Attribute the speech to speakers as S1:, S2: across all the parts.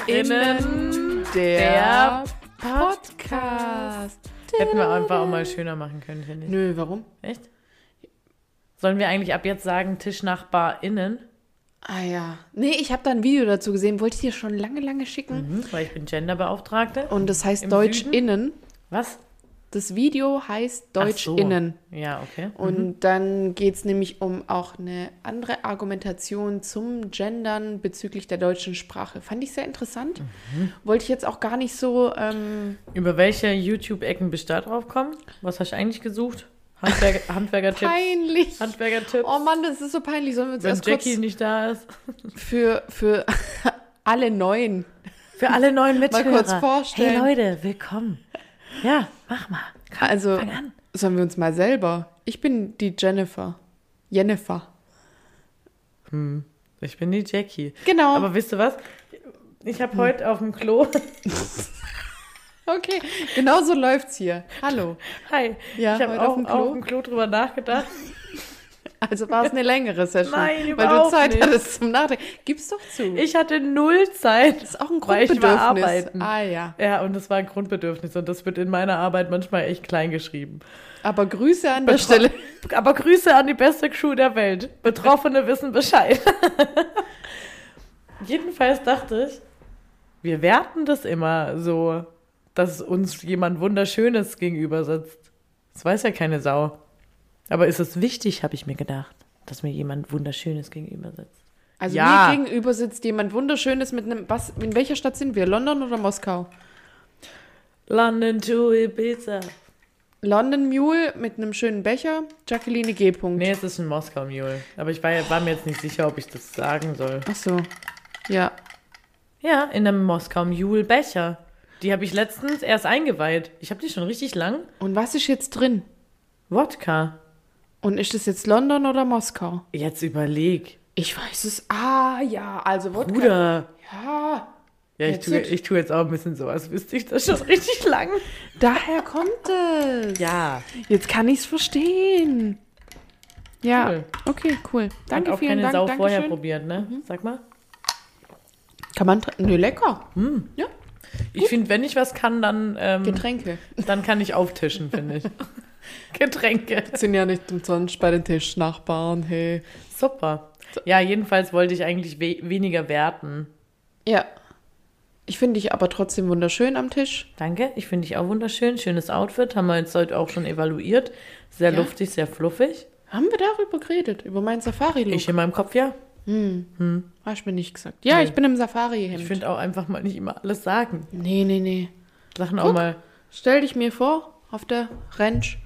S1: Nachbarinnen der, Podcast. Hätten wir einfach auch mal schöner machen können, finde ich.
S2: Nö, warum?
S1: Echt? Sollen wir eigentlich ab jetzt sagen TischnachbarInnen?
S2: Ah ja. Nee, ich habe da ein Video dazu gesehen, wollte ich dir schon lange, lange schicken.
S1: Mhm, weil ich bin Genderbeauftragte.
S2: Und das heißt
S1: Im
S2: Deutsch
S1: Süden?
S2: innen.
S1: Was?
S2: Das Video heißt Deutsch
S1: so.
S2: innen.
S1: Ja, okay.
S2: Und dann geht es nämlich um auch eine andere Argumentation zum Gendern bezüglich der deutschen Sprache. Fand ich sehr interessant.
S1: Mhm.
S2: Wollte ich jetzt auch gar nicht so. Ähm,
S1: Über welche YouTube-Ecken bist du da drauf gekommen? Was hast du eigentlich gesucht? Handwerker, Handwerker-Tipps.
S2: peinlich.
S1: Handwerker-Tipps.
S2: Oh Mann, das ist so peinlich. Sollen wir uns
S1: Ah, Wenn
S2: erst kurz
S1: Jackie nicht da ist.
S2: für, für alle Neuen.
S1: Für alle neuen Mithörer.
S2: kurz vorstellen.
S1: Hey Leute, willkommen. Ja, mach mal. Komm,
S2: Also,
S1: fang an.
S2: sollen wir uns mal selber. Ich bin die Jennifer. Jennifer.
S1: Ich bin die Jackie.
S2: Genau.
S1: Aber wisst ihr was? Ich habe heute auf dem Klo.
S2: okay, genau so läuft's hier. Hallo.
S1: Hi.
S2: Ja,
S1: ich habe
S2: heute
S1: auch
S2: auf dem Klo?
S1: auf dem Klo drüber nachgedacht.
S2: Also war es eine längere Session.
S1: Nein,
S2: weil du
S1: überhaupt
S2: Zeit
S1: nicht.
S2: hattest zum Nachdenken. Gib's doch zu.
S1: Ich hatte null Zeit.
S2: das ist auch ein
S1: weil ich war
S2: Grundbedürfnis.
S1: arbeiten.
S2: Ah ja.
S1: Ja, und das war ein Grundbedürfnis und das wird in meiner Arbeit manchmal echt klein geschrieben.
S2: Aber Grüße an der Stelle.
S1: Aber Grüße an die beste Crew der Welt. Betroffene wissen Bescheid. Jedenfalls dachte ich, wir werten das immer so, dass uns jemand Wunderschönes gegenüber sitzt. Das weiß ja keine Sau. Aber ist es wichtig, habe ich mir gedacht, dass mir jemand Wunderschönes gegenüber sitzt.
S2: Also
S1: Ja.
S2: mir gegenüber sitzt jemand Wunderschönes mit einem. Was, in welcher Stadt sind wir? London oder Moskau?
S1: London to Ibiza.
S2: London Mule mit einem schönen Becher. Jacqueline G. Punkt.
S1: Nee, es ist ein Moskau Mule. Aber ich war, war mir jetzt nicht sicher, ob ich das sagen soll.
S2: Ach so. Ja.
S1: Ja, in einem Moskau Mule Becher. Die habe ich letztens erst eingeweiht. Ich habe die schon richtig lang.
S2: Und was ist jetzt drin?
S1: Wodka.
S2: Und ist es jetzt London oder Moskau?
S1: Jetzt überleg.
S2: Ich weiß es. Ah ja, also Wodka.
S1: Bruder.
S2: Ja.
S1: Ja, ich
S2: Jetzt
S1: tue,
S2: sind-
S1: ich tue jetzt auch ein bisschen sowas. Wüsste ich das schon richtig lang?
S2: Daher kommt es.
S1: Ja.
S2: Jetzt kann ich es verstehen. Ja.
S1: Cool.
S2: Okay, cool.
S1: Hat
S2: Danke,
S1: auch
S2: vielen
S1: keine
S2: Dank.
S1: Sau
S2: Dankeschön. Mhm.
S1: vorher probiert, ne? Sag mal.
S2: Kann man. tr- Nö, lecker. Ja.
S1: Ich finde, wenn ich was kann, dann, ähm,
S2: Getränke.
S1: dann kann ich auftischen, finde ich. Getränke.
S2: Sind ja nicht umsonst bei den Tischnachbarn, hey.
S1: Super. Ja, jedenfalls wollte ich eigentlich we weniger werten.
S2: Ja. Ich finde dich aber trotzdem wunderschön am Tisch.
S1: Danke, ich finde dich auch wunderschön. Schönes Outfit, haben wir jetzt heute auch schon evaluiert. Sehr
S2: Ja.
S1: luftig, sehr fluffig.
S2: Haben wir darüber geredet? Über meinen Safari-Look? Hm.
S1: Ich in meinem Kopf, ja.
S2: Hast du mir nicht gesagt. Ja, ich bin im
S1: Ich
S2: Safari-Hemd.
S1: finde auch einfach mal nicht immer alles sagen.
S2: Nee, nee, nee.
S1: Sachen auch
S2: Guck.
S1: mal.
S2: Stell dich mir vor, auf der Ranch.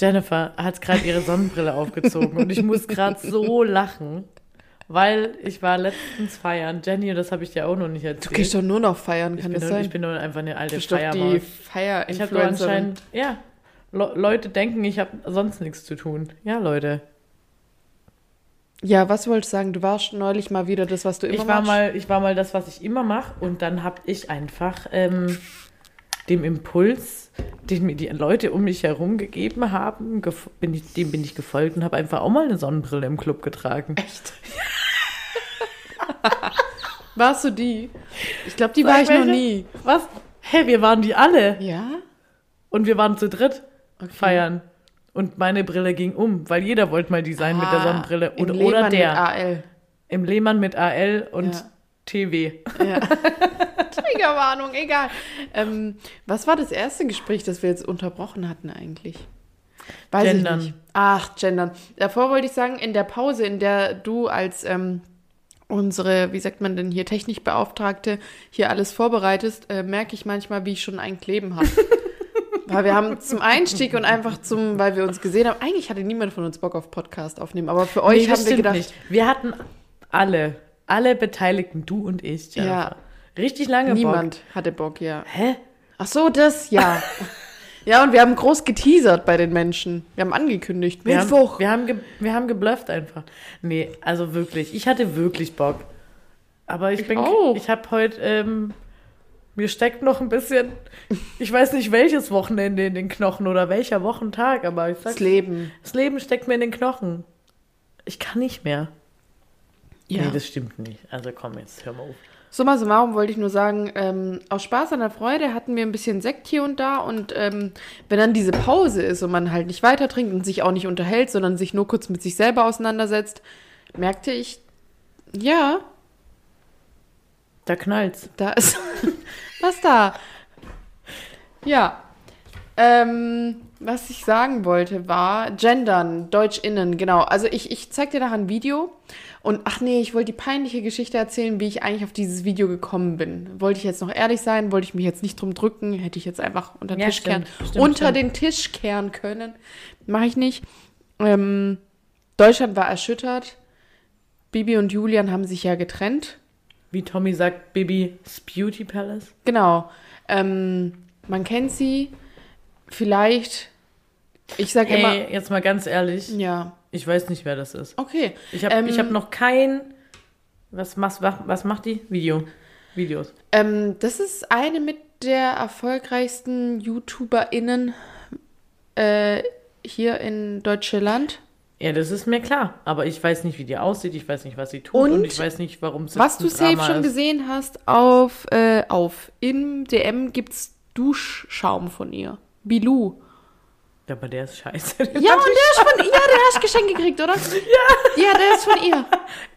S1: Jennifer hat gerade ihre Sonnenbrille aufgezogen und ich muss gerade so lachen, weil ich war letztens feiern. Jenny, und das habe ich dir auch noch nicht erzählt.
S2: Du gehst doch nur noch feiern,
S1: ich,
S2: kann
S1: bin
S2: das
S1: nur,
S2: sein?
S1: ich bin nur einfach eine
S2: du
S1: alte
S2: bist doch die
S1: Feiermaus. Ich habe nur
S2: Feier-Influencerin.
S1: anscheinend, ja, Le Leute denken, ich habe sonst nichts zu tun. Ja, Leute.
S2: Ja, was wolltest du sagen? Du warst neulich mal wieder das, was du immer
S1: ich war
S2: machst.
S1: mal, ich war mal das, was ich immer mache, und dann habe ich einfach ähm, dem Impuls, den mir die Leute um mich herum gegeben haben, gef- bin ich, dem bin ich gefolgt und habe einfach auch mal eine Sonnenbrille im Club getragen.
S2: Echt? Warst du die? Ich glaube, die war
S1: Sag
S2: ich noch
S1: welche?
S2: nie.
S1: Was? Hä, wir waren die alle
S2: Ja?
S1: und wir waren zu dritt
S2: Okay.
S1: feiern. Und meine Brille ging um, weil jeder wollte mal die sein mit der
S2: Ah,
S1: Sonnenbrille
S2: in
S1: und,
S2: Lehmann
S1: oder
S2: mit
S1: der.
S2: AL.
S1: Im Lehmann mit AL und
S2: Ja.
S1: TW.
S2: Ja. Triggerwarnung, egal. Ähm, was war das erste Gespräch, das wir jetzt unterbrochen hatten eigentlich? Weiß
S1: Gendern.
S2: ich nicht. Ach, gendern. Davor wollte ich sagen, in der Pause, in der du als ähm, unsere, wie sagt man denn hier, Technikbeauftragte hier alles vorbereitest, äh, merke ich manchmal, wie ich schon ein Kleben habe. Weil wir haben zum Einstieg und einfach zum, weil wir uns gesehen haben, eigentlich hatte niemand von uns Bock auf Podcast aufnehmen, aber für euch
S1: Nee,
S2: haben
S1: das
S2: wir
S1: stimmt
S2: gedacht,
S1: nicht. Wir hatten alle, alle Beteiligten, du und ich, Jennifer.
S2: Ja.
S1: Richtig lange Bock.
S2: niemand hatte Bock, ja.
S1: Hä?
S2: Ach so, das, ja. ja, und wir haben groß geteasert bei den Menschen. Wir haben angekündigt.
S1: Wir
S2: Mittwoch.
S1: Haben, wir, haben ge, wir haben geblufft einfach. Nee, also wirklich. Ich hatte wirklich Bock. Aber ich,
S2: Ich
S1: bin,
S2: auch.
S1: ich habe heute, ähm, mir steckt noch ein bisschen, ich weiß nicht welches Wochenende in den Knochen oder welcher Wochentag, aber ich sag,
S2: das Leben.
S1: das Leben steckt mir in den Knochen. Ich kann nicht mehr.
S2: Ja.
S1: Nee, das stimmt nicht. Also komm, jetzt hör mal auf.
S2: Summa summarum wollte ich nur sagen, ähm, aus Spaß an der Freude hatten wir ein bisschen Sekt hier und da und ähm, wenn dann diese Pause ist und man halt nicht weiter trinkt und sich auch nicht unterhält, sondern sich nur kurz mit sich selber auseinandersetzt, merkte ich, ja,
S1: Da knallt's.
S2: da ist was da. Ja. Ähm, was ich sagen wollte war Gendern, DeutschInnen, genau. Also ich, ich zeig dir nachher ein Video und ach nee, ich wollte die peinliche Geschichte erzählen, wie ich eigentlich auf dieses Video gekommen bin. Wollte ich jetzt noch ehrlich sein, wollte ich mich jetzt nicht drum drücken, hätte ich jetzt einfach unter den
S1: Ja,
S2: Tisch kehren,
S1: stimmt, stimmt,
S2: unter
S1: stimmt.
S2: den Tisch kehren können. Mache ich nicht. Ähm, Deutschland war erschüttert. Bibi und Julian haben sich ja getrennt.
S1: Wie Tommy sagt, Bibis Beauty Palace.
S2: Genau. Ähm, man kennt sie. Vielleicht. Ich sage immer.
S1: Hey, jetzt mal ganz ehrlich,
S2: Ja.
S1: ich weiß nicht, wer das ist.
S2: Okay.
S1: Ich habe
S2: Ähm,
S1: ich hab noch kein. Was, machst- wa- was macht die? Video. Videos.
S2: Ähm, das ist eine mit der erfolgreichsten YouTuberInnen äh, hier in Deutschland.
S1: Ja, das ist mir klar. Aber ich weiß nicht, wie die aussieht. Ich weiß nicht, was sie tut. Und,
S2: Und
S1: ich weiß nicht, warum es
S2: Was du
S1: jetzt
S2: safe
S1: ein Drama
S2: schon
S1: ist.
S2: gesehen hast, auf, äh, auf. Im DM gibt's Duschschaum von ihr. Bilou.
S1: Ja, aber der ist scheiße.
S2: Ja, und der ist von ihr. Ja, der hast geschenkt gekriegt, oder? Ja. Ja, der ist von ihr.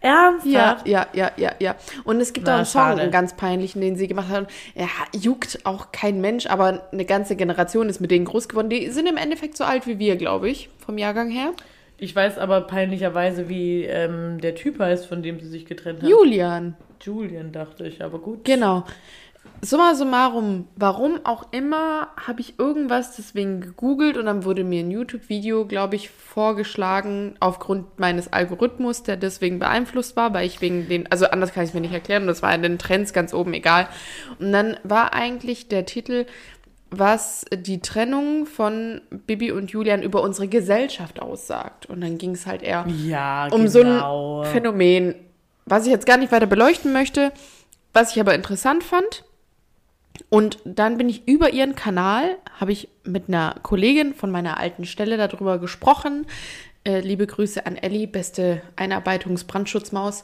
S1: Ernsthaft?
S2: Ja, ja, ja, ja, ja. Und es gibt
S1: Na,
S2: auch einen Song,
S1: schade.
S2: einen ganz peinlichen, den sie gemacht hat. Ja, juckt auch kein Mensch, aber eine ganze Generation ist mit denen groß geworden. Die sind im Endeffekt so alt wie wir, glaube ich, vom Jahrgang her.
S1: Ich weiß aber peinlicherweise, wie ähm, der Typ heißt, von dem sie sich getrennt hat.
S2: Julian,
S1: Julian, dachte ich, aber gut.
S2: genau. Summa summarum, warum auch immer, habe ich irgendwas deswegen gegoogelt und dann wurde mir ein YouTube-Video, glaube ich, vorgeschlagen, aufgrund meines Algorithmus, der deswegen beeinflusst war, weil ich wegen den, also anders kann ich es mir nicht erklären, und das war in den Trends ganz oben, egal. Und dann war eigentlich der Titel, was die Trennung von Bibi und Julian über unsere Gesellschaft aussagt. Und dann ging es halt eher
S1: Ja,
S2: um
S1: genau.
S2: so ein Phänomen, was ich jetzt gar nicht weiter beleuchten möchte, was ich aber interessant fand. Und dann bin ich über ihren Kanal, habe ich mit einer Kollegin von meiner alten Stelle darüber gesprochen. Äh, liebe Grüße an Elli, beste Einarbeitungs-Brandschutzmaus.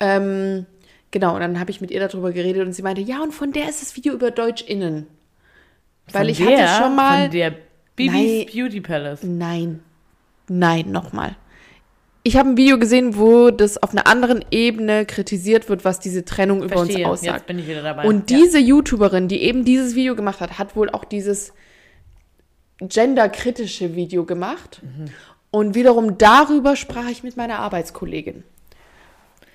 S2: Ähm, genau, und dann habe ich mit ihr darüber geredet und sie meinte, ja, und von der ist das Video über DeutschInnen. Weil
S1: Von
S2: ich
S1: der,
S2: hatte schon mal.
S1: Von der Bibis
S2: Nein.
S1: Beauty Palace.
S2: Nein. Nein, nochmal. Ich habe ein Video gesehen, wo das auf einer anderen Ebene kritisiert wird, was diese Trennung über
S1: Verstehe,
S2: uns
S1: jetzt
S2: aussagt.
S1: bin ich wieder dabei.
S2: Und
S1: Ja.
S2: diese YouTuberin, die eben dieses Video gemacht hat, hat wohl auch dieses genderkritische Video gemacht.
S1: Mhm.
S2: Und wiederum darüber sprach ich mit meiner Arbeitskollegin.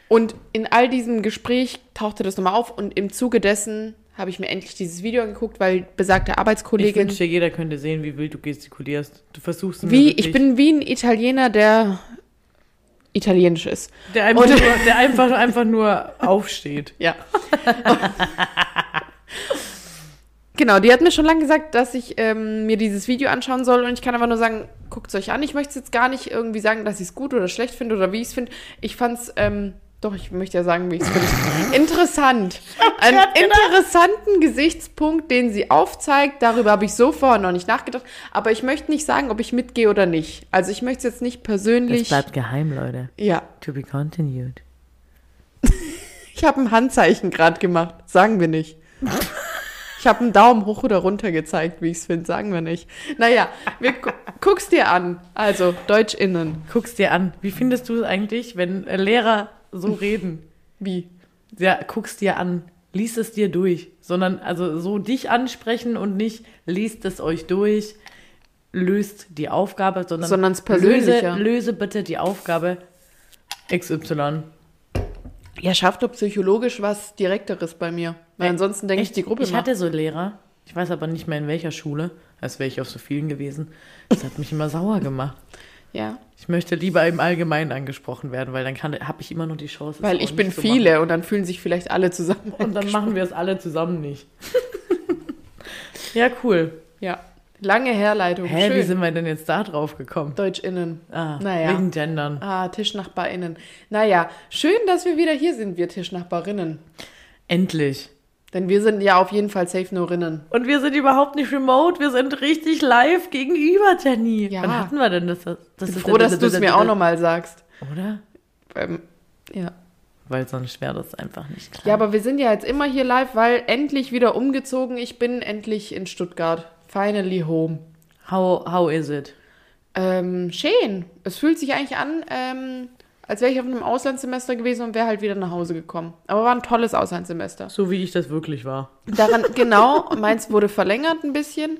S2: Und in all diesem Gespräch tauchte das nochmal auf und im Zuge dessen habe ich mir endlich dieses Video angeguckt, weil besagte
S1: Ich
S2: Arbeitskollegin
S1: wünschte, jeder könnte sehen, wie wild du gestikulierst. Du versuchst es
S2: Wie,
S1: nur
S2: ich
S1: wirklich.
S2: bin wie ein Italiener, der italienisch ist.
S1: Der einfach,
S2: Und-
S1: nur, der einfach, einfach nur aufsteht.
S2: Ja. genau, die hat mir schon lange gesagt, dass ich ähm, mir dieses Video anschauen soll und ich kann aber nur sagen, guckt es euch an. Ich möchte es jetzt gar nicht irgendwie sagen, dass ich es gut oder schlecht finde oder wie ich es finde. Ich fand es, ähm, doch, ich möchte ja sagen, wie ich es finde. Interessant. Einen interessanten Gesichtspunkt, den sie aufzeigt. Darüber habe ich so vorher noch nicht nachgedacht. Aber ich möchte nicht sagen, ob ich mitgehe oder nicht. Also ich möchte es jetzt nicht persönlich.
S1: geheim, Leute.
S2: Ja.
S1: To be continued.
S2: Ich habe ein Handzeichen gerade gemacht. Sagen wir nicht. Ich habe einen Daumen hoch oder runter gezeigt, wie ich es finde. Sagen wir nicht. Naja, wir gu guck's dir an. Also, DeutschInnen.
S1: Guck's dir an. Wie findest du es eigentlich, wenn äh, Lehrer so reden?
S2: Wie?
S1: Ja, guck's dir an. Lies es dir durch. Sondern also so dich ansprechen und nicht liest es euch durch, löst die Aufgabe, sondern
S2: Sondern's persönlicher.
S1: Löse, löse bitte die Aufgabe XY.
S2: Ja, schafft doch psychologisch was Direkteres bei mir. Weil ansonsten denke ich,
S1: Echt?
S2: die Gruppe
S1: Ich
S2: macht.
S1: hatte so Lehrer, ich weiß aber nicht mehr in welcher Schule, als wäre ich auf so vielen gewesen. Das hat mich immer sauer gemacht.
S2: Ja,
S1: Ich möchte lieber im Allgemeinen angesprochen werden, weil dann habe ich immer nur die Chance. es
S2: weil
S1: auch
S2: ich
S1: nicht
S2: bin
S1: zu
S2: viele und dann fühlen sich vielleicht alle zusammen.
S1: Machen. Und dann machen wir es alle zusammen nicht. ja, cool.
S2: Ja, lange Herleitung.
S1: Hä, wie
S2: Schön.
S1: sind wir denn jetzt da drauf gekommen?
S2: DeutschInnen.
S1: Ah,
S2: Naja.
S1: wegen Gendern.
S2: Ah, TischnachbarInnen. Naja, schön, dass wir wieder hier sind, wir Tischnachbarinnen.
S1: Endlich.
S2: Denn wir sind ja auf jeden Fall safe nur Rinnen.
S1: Und wir sind überhaupt nicht remote, wir sind richtig live gegenüber, Jenny.
S2: Ja.
S1: Wann hatten wir denn das? das
S2: Ich bin froh, dass du es mir auch nochmal sagst.
S1: Oder?
S2: Ähm, ja.
S1: weil sonst wäre das einfach nicht klar.
S2: Ja, aber wir sind ja jetzt immer hier live, weil endlich wieder umgezogen. Ich bin endlich in Stuttgart. Finally home.
S1: How, how is it?
S2: Ähm, schön. Es fühlt sich eigentlich an, ähm, als wäre ich auf einem Auslandssemester gewesen und wäre halt wieder nach Hause gekommen. Aber war ein tolles Auslandssemester.
S1: So wie ich das wirklich war.
S2: Daran, genau, meins wurde verlängert ein bisschen.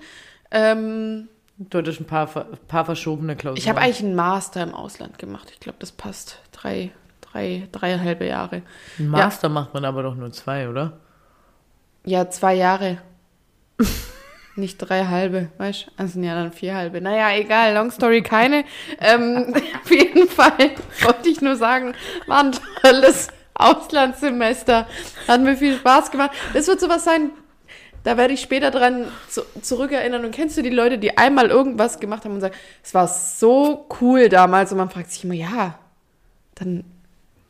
S2: Ähm,
S1: Du hattest ein paar, ver- paar verschobene Klausuren.
S2: ich habe eigentlich einen Master im Ausland gemacht. Ich glaube, das passt. Drei, drei, dreieinhalb Jahre.
S1: Einen Master macht man aber doch nur zwei, oder?
S2: Ja, zwei Jahre. Nicht drei halbe, weißt du? Also sind ja dann vier halbe. Naja, egal, long story keine. Ähm, auf jeden Fall wollte ich nur sagen, war ein tolles Auslandssemester. Hat mir viel Spaß gemacht. Das wird sowas sein, da werde ich später dran zu, zurückerinnern. Und kennst du die Leute, die einmal irgendwas gemacht haben und sagen, es war so cool damals? Und man fragt sich immer, ja, dann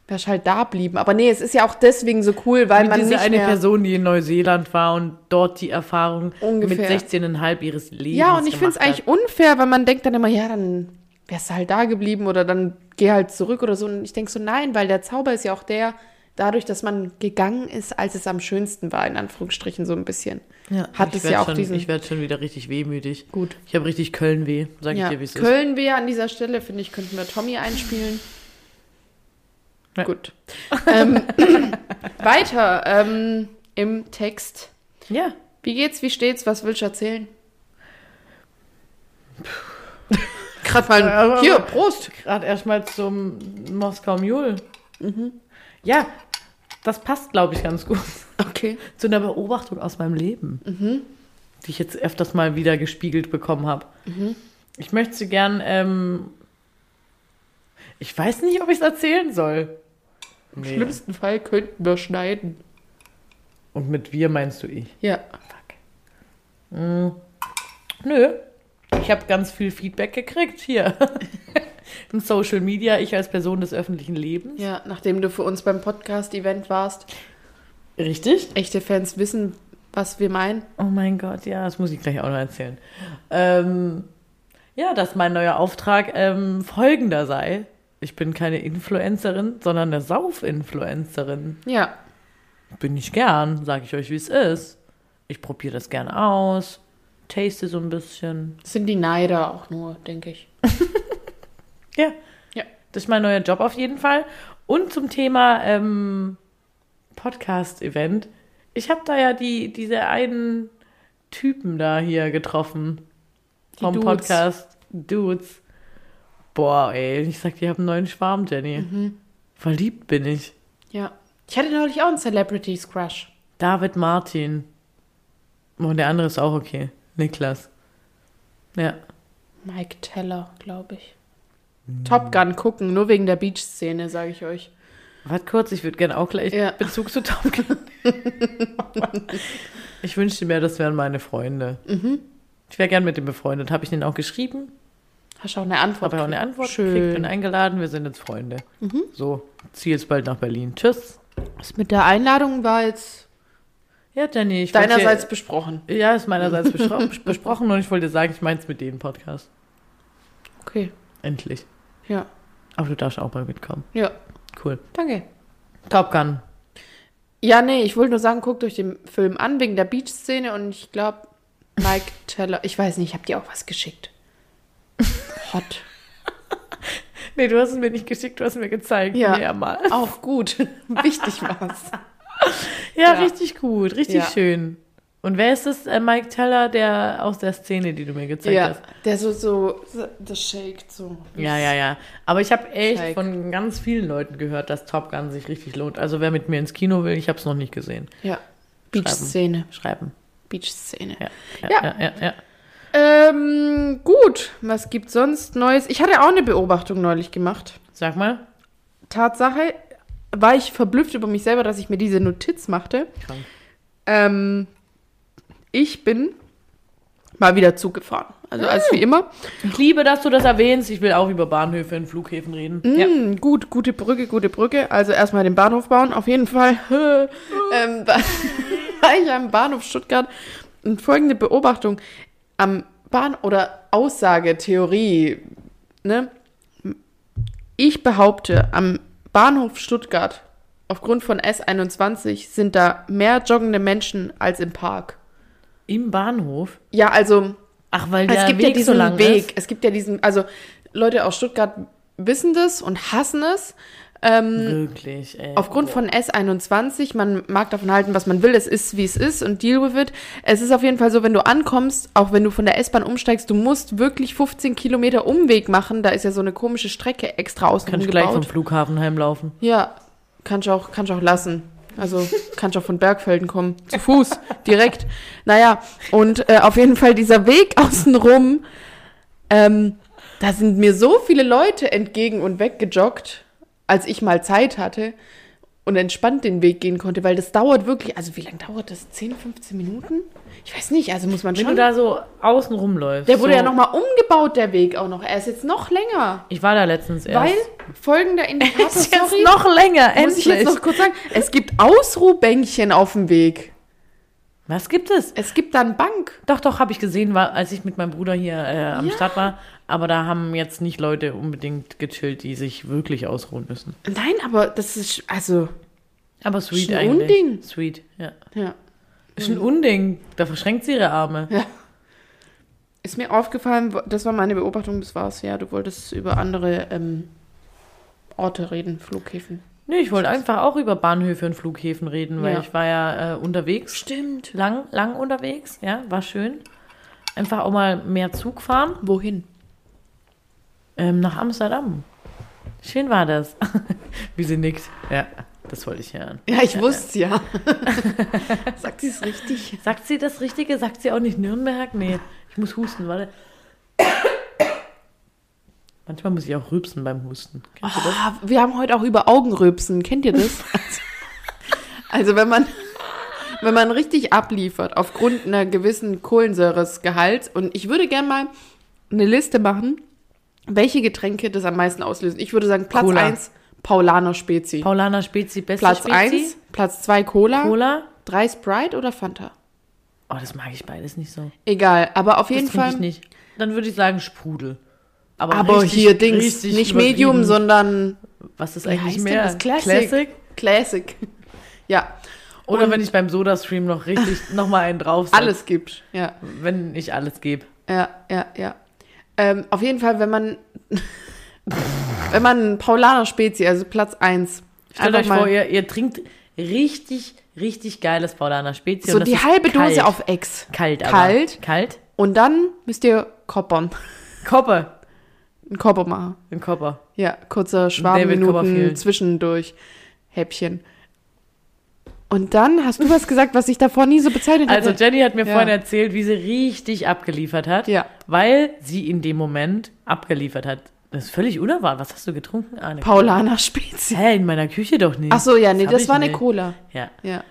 S2: wärst halt da blieben. Aber nee, es ist ja auch deswegen so cool, weil
S1: Wie
S2: man
S1: diese
S2: nicht
S1: eine
S2: mehr
S1: Person, die in Neuseeland war und dort die Erfahrung
S2: Ungefähr.
S1: mit 16,5 ihres Lebens
S2: Ja, und ich finde
S1: gemacht
S2: es eigentlich unfair, weil man denkt dann immer, ja, dann wärst du halt da geblieben oder dann geh halt zurück oder so. Und ich denke so, nein, weil der Zauber ist ja auch der, dadurch, dass man gegangen ist, als es am schönsten war, in Anführungsstrichen so ein bisschen.
S1: hat. Ja,
S2: hat
S1: ich
S2: es
S1: werd
S2: ja auch
S1: schon,
S2: diesen-
S1: Ich werde schon wieder richtig wehmütig.
S2: Gut.
S1: Ich habe richtig Köln weh, sag
S2: ja.
S1: ich dir, wie es ist.
S2: Köln wäre an dieser Stelle, finde ich, könnten wir Tommy einspielen.
S1: Ja.
S2: Gut. ähm, weiter ähm, im Text.
S1: Ja.
S2: Wie geht's, wie steht's, was willst du erzählen? Gerade mal,
S1: Äh, Aber-
S2: hier, Prost.
S1: Gerade erstmal zum Moskau Mule.
S2: Mhm.
S1: Ja, das passt, glaube ich, ganz gut
S2: Okay.
S1: zu einer Beobachtung aus meinem Leben, die ich jetzt öfters mal wieder gespiegelt bekommen habe. Ich möchte sie gern, ähm, ich weiß nicht, ob ich es erzählen soll.
S2: Im schlimmsten Fall könnten wir schneiden.
S1: Und mit wir meinst du ich?
S2: Ja.
S1: Nö. Ich habe ganz viel Feedback gekriegt hier. In Social Media, ich als Person des öffentlichen Lebens.
S2: Ja, nachdem du für uns beim Podcast-Event warst.
S1: Richtig?
S2: Echte Fans wissen, was wir meinen.
S1: Oh mein Gott, ja, das muss ich gleich auch noch erzählen. Ähm, ja, dass mein neuer Auftrag ähm, folgender sei. Ich bin keine Influencerin, sondern eine Sauf-Influencerin.
S2: Ja.
S1: Bin ich gern, sage ich euch, wie es ist. Ich probiere das gern aus, taste so ein bisschen.
S2: Das sind die Neider auch nur, denke ich.
S1: Ja.
S2: Ja.
S1: Das ist mein neuer Job auf jeden Fall. Und zum Thema ähm, Podcast-Event. Ich habe da ja die, diese einen Typen da hier getroffen.
S2: Die
S1: Vom
S2: Dudes.
S1: Podcast. Dudes. Boah, ey, ich sag, die haben einen neuen Schwarm, Jenny.
S2: Mhm.
S1: Verliebt bin ich.
S2: Ja. Ich hatte neulich auch einen Celebrities Crush.
S1: David Martin. Und der andere ist auch okay. Niklas. Ja.
S2: Mike Teller, glaube ich. Top Gun gucken, nur wegen der Beach-Szene, sage ich euch.
S1: Warte kurz, ich würde gerne auch gleich
S2: Ja.
S1: Bezug zu Top Gun. ich wünschte mir, das wären meine Freunde.
S2: Mhm.
S1: Ich wäre gern mit dem befreundet. Habe ich denen auch geschrieben,
S2: Hast du auch eine Antwort?
S1: habe auch eine Antwort gekriegt, bin
S2: Schön. Mhm.
S1: eingeladen, wir sind jetzt Freunde. So, zieh jetzt bald nach Berlin. Tschüss.
S2: Was mit der Einladung war jetzt
S1: Ja, Jenny, ich wollte
S2: deinerseits besprochen.
S1: Dir, ja, ist meinerseits beschro- besprochen und ich wollte dir sagen, ich meins mit denen Podcast.
S2: Okay.
S1: Endlich.
S2: Ja.
S1: Aber du darfst auch mal mitkommen.
S2: Ja.
S1: Cool.
S2: Danke.
S1: Top Gun.
S2: Ja, nee, ich wollte nur sagen, guckt euch den Film an wegen der Beach-Szene und ich glaube, Mike Teller, ich weiß nicht, ich habe dir auch was geschickt. Hot.
S1: Nee, du hast es mir nicht geschickt, du hast mir gezeigt.
S2: Ja.
S1: Mehrmals.
S2: Auch gut. Wichtig war's.
S1: Ja,
S2: Ja.
S1: richtig gut, richtig
S2: Ja.
S1: schön. Und wer ist das, äh, Mike Teller, der aus der Szene, die du mir gezeigt
S2: ja,
S1: hast?
S2: der so, so, so- das shaked so.
S1: Ja, ja, ja. Aber ich habe echt
S2: Zeig.
S1: von ganz vielen Leuten gehört, dass Top Gun sich richtig lohnt. Also wer mit mir ins Kino will, ich habe es noch nicht gesehen.
S2: Ja. Beach-Szene.
S1: Schreiben.
S2: Beach-Szene.
S1: Ja.
S2: Ja.
S1: ja, ja, ja.
S2: Ähm, gut. Was gibt sonst Neues? Ich hatte auch eine Beobachtung neulich gemacht.
S1: Sag mal.
S2: Tatsache war ich verblüfft über mich selber, dass ich mir diese Notiz machte.
S1: Krank.
S2: Ähm, ich bin mal wieder Zug gefahren. Also als wie immer.
S1: Ich liebe, dass du das erwähnst. Ich will auch über Bahnhöfe und Flughäfen reden. Ja.
S2: Hm, gut, gute Brücke, gute Brücke. Also erstmal den Bahnhof bauen, auf jeden Fall. ähm, da war ich am Bahnhof Stuttgart und folgende Beobachtung. Am Bahn- oder Aussage, Theorie, ne? Ich behaupte, am Bahnhof Stuttgart aufgrund von S21 sind da mehr joggende Menschen als im Park.
S1: Im Bahnhof?
S2: Ja, also
S1: Ach, weil der
S2: es gibt
S1: Weg
S2: ja diesen
S1: so lang ne?
S2: Weg.
S1: ist.
S2: Es gibt ja diesen, also Leute aus Stuttgart wissen das und hassen es. Ähm,
S1: Wirklich, ey.
S2: Aufgrund von S21, man mag davon halten, was man will, es ist, wie es ist und deal with it. Es ist auf jeden Fall so, wenn du ankommst, auch wenn du von der S-Bahn umsteigst, du musst wirklich 15 Kilometer Umweg machen. Da ist ja so eine komische Strecke extra außen
S1: Kann
S2: rum
S1: ich gleich vom
S2: gebaut.
S1: Flughafen heimlaufen.
S2: Ja, kannst du auch, kannst du auch lassen. Also kannst du auch von Bergfelden kommen. Zu Fuß, direkt. Naja, und äh, auf jeden Fall dieser Weg außenrum, ähm, da sind mir so viele Leute entgegen und weggejoggt, als ich mal Zeit hatte und entspannt den Weg gehen konnte, weil das dauert wirklich, also wie lange dauert das? 10, 15 Minuten? Ich weiß nicht, also muss man
S1: Wenn
S2: schon.
S1: du da so außen rumläufst.
S2: der wurde
S1: so,
S2: ja nochmal umgebaut, der Weg auch noch. Er ist jetzt noch länger.
S1: Ich war da letztens erst.
S2: Weil folgender Indikator,
S1: ist jetzt
S2: sorry,
S1: noch länger,
S2: muss
S1: endlich.
S2: ich jetzt noch kurz sagen, es gibt Ausruhbänkchen auf dem Weg.
S1: Was gibt es?
S2: Es gibt dann Bank.
S1: Doch, doch, habe ich gesehen, war, als ich mit meinem Bruder hier äh, am
S2: Ja.
S1: Start war. Aber da haben jetzt nicht Leute unbedingt gechillt, die sich wirklich ausruhen müssen.
S2: Nein, aber das ist, also,
S1: Aber sweet
S2: Ist ein
S1: eigentlich.
S2: Unding.
S1: Sweet, ja.
S2: ja.
S1: Ist ein Unding. Da verschränkt sie ihre Arme.
S2: Ist mir aufgefallen, wo- das war meine Beobachtung, das war's. Ja, du wolltest über andere ähm, Orte reden, Flughäfen.
S1: Nee, ich wollte einfach auch über Bahnhöfe und Flughäfen reden, weil
S2: Ja.
S1: ich war ja äh, unterwegs. Stimmt. Lang, lang unterwegs, ja, war schön. Einfach auch mal mehr Zug fahren.
S2: Wohin?
S1: Ähm, nach Amsterdam. Schön war das. Wie sie nickt. Ja, das wollte ich hören.
S2: Ja, ich wusste ja. Sagt sie es richtig?
S1: Sagt sie das Richtige? Sagt sie auch nicht Nürnberg? Nee, ich muss husten, warte. Manchmal muss ich auch rübsen beim Husten. Kennst du das?
S2: Ah, wir haben heute auch über Augenrübsen. Kennt ihr das? Also, also wenn man wenn man richtig abliefert aufgrund einer gewissen Kohlensäuresgehalts und ich würde gerne mal eine Liste machen, welche Getränke das am meisten auslösen. Ich würde sagen Platz
S1: Cola.
S2: eins Paulaner Spezi.
S1: Paulana Spezi, beste
S2: Platz
S1: Spezi.
S2: eins Platz zwei Cola,
S1: Cola.
S2: drei Sprite oder Fanta.
S1: Oh, das mag ich beides nicht so.
S2: Egal, aber auf jeden
S1: das trinke
S2: Fall
S1: ich nicht. Dann würde ich sagen Sprudel. Aber,
S2: aber
S1: richtig-
S2: hier Dings,
S1: richtig
S2: nicht
S1: übertrieben.
S2: Medium, sondern
S1: Was ist
S2: Wie
S1: eigentlich
S2: heißt
S1: mehr?
S2: denn das? Classic. Classic. Ja,
S1: Oder
S2: Und-
S1: wenn ich beim Soda-Stream noch richtig nochmal einen drauf setz,
S2: alles gibt. Ja.
S1: Wenn ich alles gebe.
S2: Ja, ja, ja. Ähm, auf jeden Fall, wenn man, wenn man Paulaner Spezi, also Platz 1,
S1: Stellt
S2: einfach
S1: euch vor, ihr, ihr trinkt richtig, richtig geiles Paulaner Spezi.
S2: so
S1: und das
S2: die
S1: ist
S2: halbe
S1: kalt.
S2: Dose auf Ex.
S1: Kalt, aber.
S2: Kalt.
S1: Kalt.
S2: Und dann müsst ihr koppern.
S1: Kopper.
S2: Einen Kopper machen.
S1: Ein Kopper.
S2: Ja, kurzer
S1: Copperfield.
S2: Schwarmminuten zwischendurch. Häppchen. Und dann hast du was gesagt, was ich davor nie so bezeichnet
S1: Also
S2: hatte.
S1: Jenny hat mir
S2: Ja.
S1: vorhin erzählt, wie sie richtig abgeliefert hat.
S2: Ja.
S1: Weil sie in dem Moment abgeliefert hat. Das ist völlig unerwartet. Was hast du getrunken, Anne?
S2: Paulaner Spezi.
S1: Hä, in meiner Küche doch nicht.
S2: Ach so, ja, nee,
S1: hab
S2: das
S1: ich
S2: war eine
S1: nicht.
S2: Cola.
S1: Ja.
S2: Ja.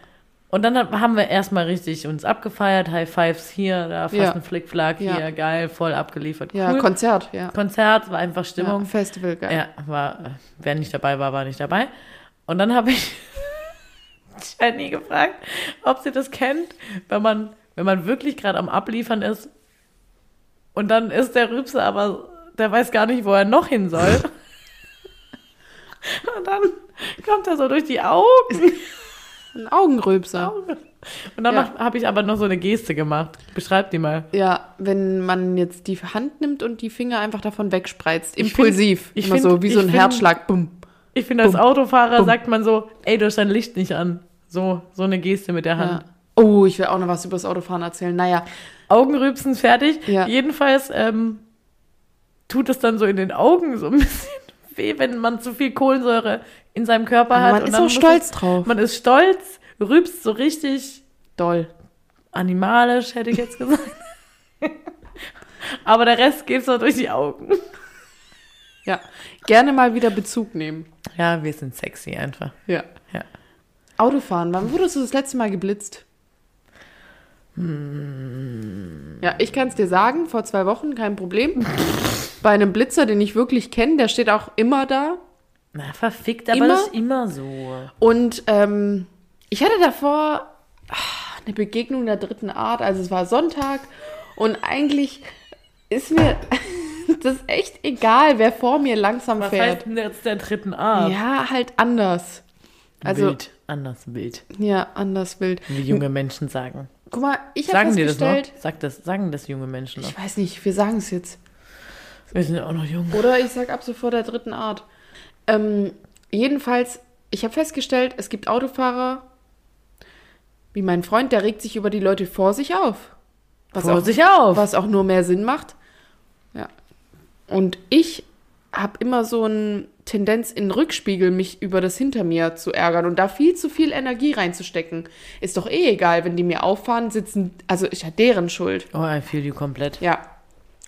S1: Und dann hat- haben wir erstmal richtig uns abgefeiert. High Fives hier, da fast
S2: Ja.
S1: ein Flickflack
S2: Ja.
S1: hier, geil, voll abgeliefert.
S2: Ja,
S1: cool.
S2: Konzert, ja.
S1: Konzert, war einfach
S2: ja
S1: Stimmung.
S2: Festival, geil.
S1: Ja, war, wer nicht dabei war, war nicht dabei. Und dann habe ich Jenny gefragt, ob sie das kennt, wenn man, wenn man wirklich gerade am Abliefern ist. Und dann ist der Rübse aber, der weiß gar nicht, wo er noch hin soll. Und dann kommt er so durch die Augen.
S2: Ein Augenröpser.
S1: Und dann
S2: Ja.
S1: habe ich aber noch so eine Geste gemacht. Beschreib die mal.
S2: Ja, wenn man jetzt die Hand nimmt und die Finger einfach davon wegspreizt,
S1: Ich find-
S2: impulsiv,
S1: ich
S2: immer
S1: find-
S2: so wie so
S1: ich
S2: ein
S1: find-
S2: Herzschlag, bumm.
S1: Ich finde, als
S2: Bumm.
S1: Autofahrer
S2: Bumm.
S1: sagt man so, ey, du hast dein Licht nicht an. So, so eine Geste mit der Hand.
S2: Ja. Oh, ich will auch noch was über das Autofahren erzählen. Naja,
S1: Augenrübsen fertig.
S2: Ja.
S1: Jedenfalls ähm, tut es dann so in den Augen so ein bisschen weh, wenn man zu viel Kohlensäure in seinem Körper
S2: aber
S1: hat.
S2: man
S1: Und
S2: ist
S1: dann
S2: auch
S1: muss
S2: stolz drauf.
S1: Es, man ist stolz, rübst so richtig
S2: Doll.
S1: animalisch, hätte ich jetzt gesagt. Aber der Rest geht so durch die Augen.
S2: Ja. Gerne mal wieder Bezug nehmen.
S1: Ja, wir sind sexy einfach.
S2: Ja.
S1: Ja.
S2: Autofahren, wann wurdest du das letzte Mal geblitzt?
S1: Hm.
S2: Ja, ich kann es dir sagen, vor zwei Wochen, kein Problem. Bei einem Blitzer, den ich wirklich kenne, der steht auch immer da.
S1: Na, verfickt, aber
S2: Immer?
S1: das ist immer so.
S2: Und ähm, ich hatte davor ah, eine Begegnung der dritten Art. Also es war Sonntag und eigentlich ist mir das echt egal, wer vor mir langsam
S1: Was
S2: fährt.
S1: heißt denn jetzt der dritten Art?
S2: Ja, halt anders. Also,
S1: wild, anders wild,
S2: ja, anders wild.
S1: wie junge Menschen sagen.
S2: Guck mal, ich habe
S1: Sagen die das noch?
S2: festgestellt,
S1: Sag das, sagen das junge Menschen noch?
S2: ich weiß nicht, wir sagen es jetzt.
S1: Wir sind auch noch jung.
S2: Oder ich sag ab sofort der dritten Art. Ähm, jedenfalls, ich habe festgestellt, es gibt Autofahrer, wie mein Freund, der regt sich über die Leute vor sich auf. Was
S1: Vor
S2: auch,
S1: sich auf!
S2: was auch nur mehr Sinn macht. Ja. Und ich habe immer so eine Tendenz in den Rückspiegel, mich über das hinter mir zu ärgern und da viel zu viel Energie reinzustecken. Ist doch eh egal, wenn die mir auffahren, sitzen, also ist ja deren Schuld.
S1: Oh, I feel you komplett.
S2: Ja.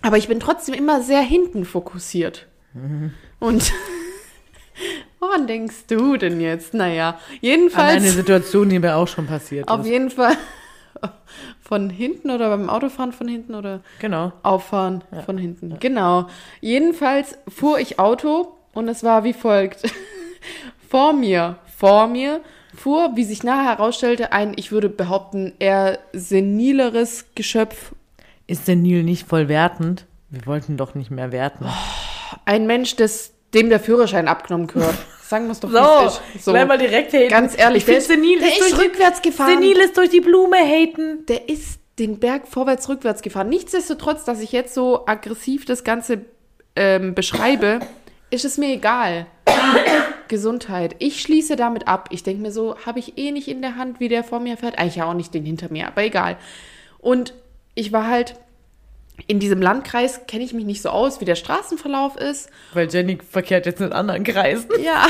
S2: Aber ich bin trotzdem immer sehr hinten fokussiert. Und woran denkst du denn jetzt? Naja,
S1: An eine
S2: jedenfalls,
S1: Situation, die mir auch schon passiert
S2: auf
S1: ist.
S2: jeden Fall von hinten oder beim Autofahren von hinten oder
S1: Genau.
S2: auffahren von hinten. Genau. Jedenfalls fuhr ich Auto und es war wie folgt. vor mir, vor mir fuhr, wie sich nachher herausstellte, ein, ich würde behaupten, eher senileres Geschöpf
S1: Ist der Nil nicht voll wertend? Wir wollten doch nicht mehr werten.
S2: Oh, ein Mensch, des, dem der Führerschein abgenommen gehört. Sagen wir es doch wie es ist.
S1: direkt haten.
S2: Ganz ehrlich,
S1: ich der ist, senil
S2: der
S1: ist
S2: ist
S1: durch
S2: rückwärts
S1: die,
S2: gefahren.
S1: senil ist durch die Blume haten.
S2: Der ist den Berg vorwärts, rückwärts gefahren. Nichtsdestotrotz, dass ich jetzt so aggressiv das Ganze ähm, beschreibe, ist es mir egal. Gesundheit. Ich schließe damit ab. Ich denke mir so, habe ich eh nicht in der Hand, wie der vor mir fährt. Eigentlich ja auch nicht den hinter mir, aber egal. Und ich war halt in diesem Landkreis, kenne ich mich nicht so aus, wie der Straßenverlauf ist.
S1: Weil Jenny verkehrt jetzt in anderen Kreisen.
S2: Ja.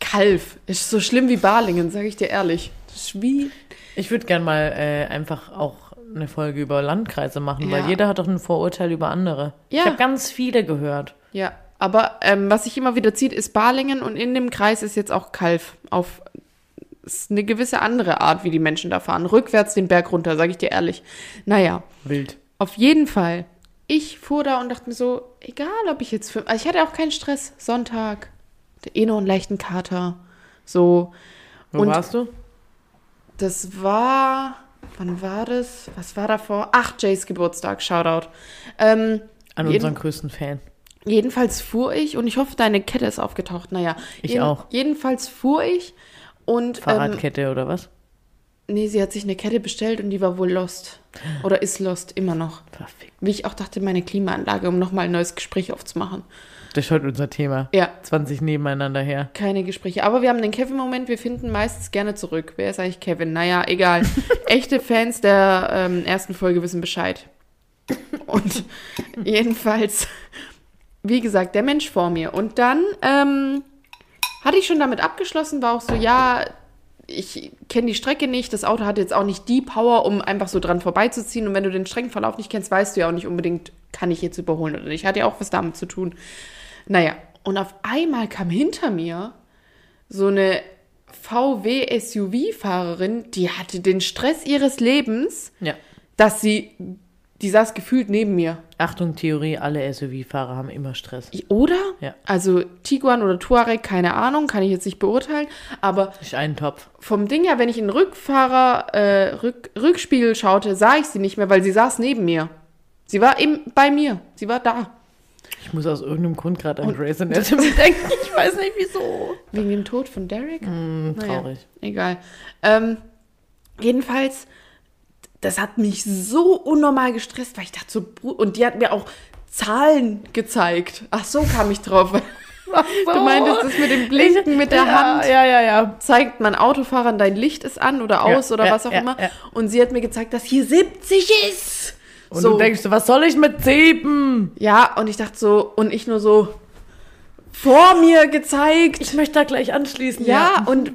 S2: Kalf. Ist so schlimm wie Balingen, sage ich dir ehrlich. Das ist wie.
S1: Ich würde gern mal äh, einfach auch eine Folge über Landkreise machen,
S2: Ja.
S1: weil jeder hat doch ein Vorurteil über andere.
S2: Ja.
S1: Ich habe ganz viele gehört.
S2: Ja. Aber ähm, was sich immer wieder zieht, ist Balingen und in dem Kreis ist jetzt auch Kalf. Auf ist eine gewisse andere Art, wie die Menschen da fahren. Rückwärts den Berg runter, sage ich dir ehrlich. Naja,
S1: Wild.
S2: auf jeden Fall. Ich fuhr da und dachte mir so, egal ob ich jetzt. Für, also ich hatte auch keinen Stress. Sonntag. Hatte Eh noch einen leichten Kater. So.
S1: Wo
S2: Und-
S1: warst du?
S2: Das war. Wann war das? Was war davor? Ach, Jays Geburtstag, Shoutout. Ähm,
S1: An
S2: jeden-
S1: unseren größten Fan.
S2: jedenfalls fuhr ich und ich hoffe, deine Kette ist aufgetaucht. Naja.
S1: Ich auch.
S2: Jedenfalls fuhr ich und. Ähm,
S1: Fahrradkette oder was?
S2: nee, sie hat sich eine Kette bestellt und die war wohl lost. Oder ist lost, immer noch.
S1: Perfekt.
S2: Wie ich auch dachte, meine Klimaanlage, um nochmal ein neues Gespräch aufzumachen.
S1: Das ist heute unser Thema.
S2: Ja,
S1: 20 nebeneinander her.
S2: keine Gespräche. Aber wir haben den Kevin-Moment, wir finden meistens gerne zurück. Wer ist eigentlich Kevin? Naja, egal. Echte Fans der ähm, ersten Folge wissen Bescheid. Und jedenfalls, wie gesagt, der Mensch vor mir. Und dann ähm, hatte ich schon damit abgeschlossen, war auch so, ja, ich kenne die Strecke nicht, das Auto hat jetzt auch nicht die Power, um einfach so dran vorbeizuziehen. Und wenn du den Streckenverlauf nicht kennst, weißt du ja auch nicht unbedingt, kann ich jetzt überholen oder nicht. Hat ja auch was damit zu tun. Naja, und auf einmal kam hinter mir so eine VW-SUV-Fahrerin, die hatte den Stress ihres Lebens,
S1: Ja.
S2: dass sie, die saß gefühlt neben mir.
S1: Achtung, Theorie, alle SUV-Fahrer haben immer Stress.
S2: Oder?
S1: Ja.
S2: Also Tiguan oder Tuareg, keine Ahnung, kann ich jetzt nicht beurteilen. Aber
S1: Ist ein Topf.
S2: vom Ding her, wenn ich in den Rückfahrer, äh, Rück, Rückspiegel schaute, sah ich sie nicht mehr, weil sie saß neben mir. Sie war im, bei mir. Sie war da.
S1: Ich muss aus irgendeinem Grund gerade an Grey's Anatomy denken. Ich weiß nicht wieso.
S2: Wegen dem Tod von Derek?
S1: Hm, traurig.
S2: Egal. Ähm, jedenfalls, das hat mich so unnormal gestresst, weil ich dachte so, Bru- und die hat mir auch Zahlen gezeigt. Ach so kam ich drauf. Du meintest das mit dem Blinken mit der
S1: ja,
S2: Hand.
S1: Ja, ja, ja.
S2: Zeigt man Autofahrern, dein Licht ist an oder aus
S1: Ja,
S2: oder
S1: ja,
S2: was auch
S1: ja,
S2: immer.
S1: ja.
S2: Und sie hat mir gezeigt, dass hier 70 ist.
S1: Und du denkst, was soll ich mit Zeben?
S2: ja, und ich dachte so, und ich nur so vor mir gezeigt.
S1: Ich möchte da gleich anschließen.
S2: Ja, und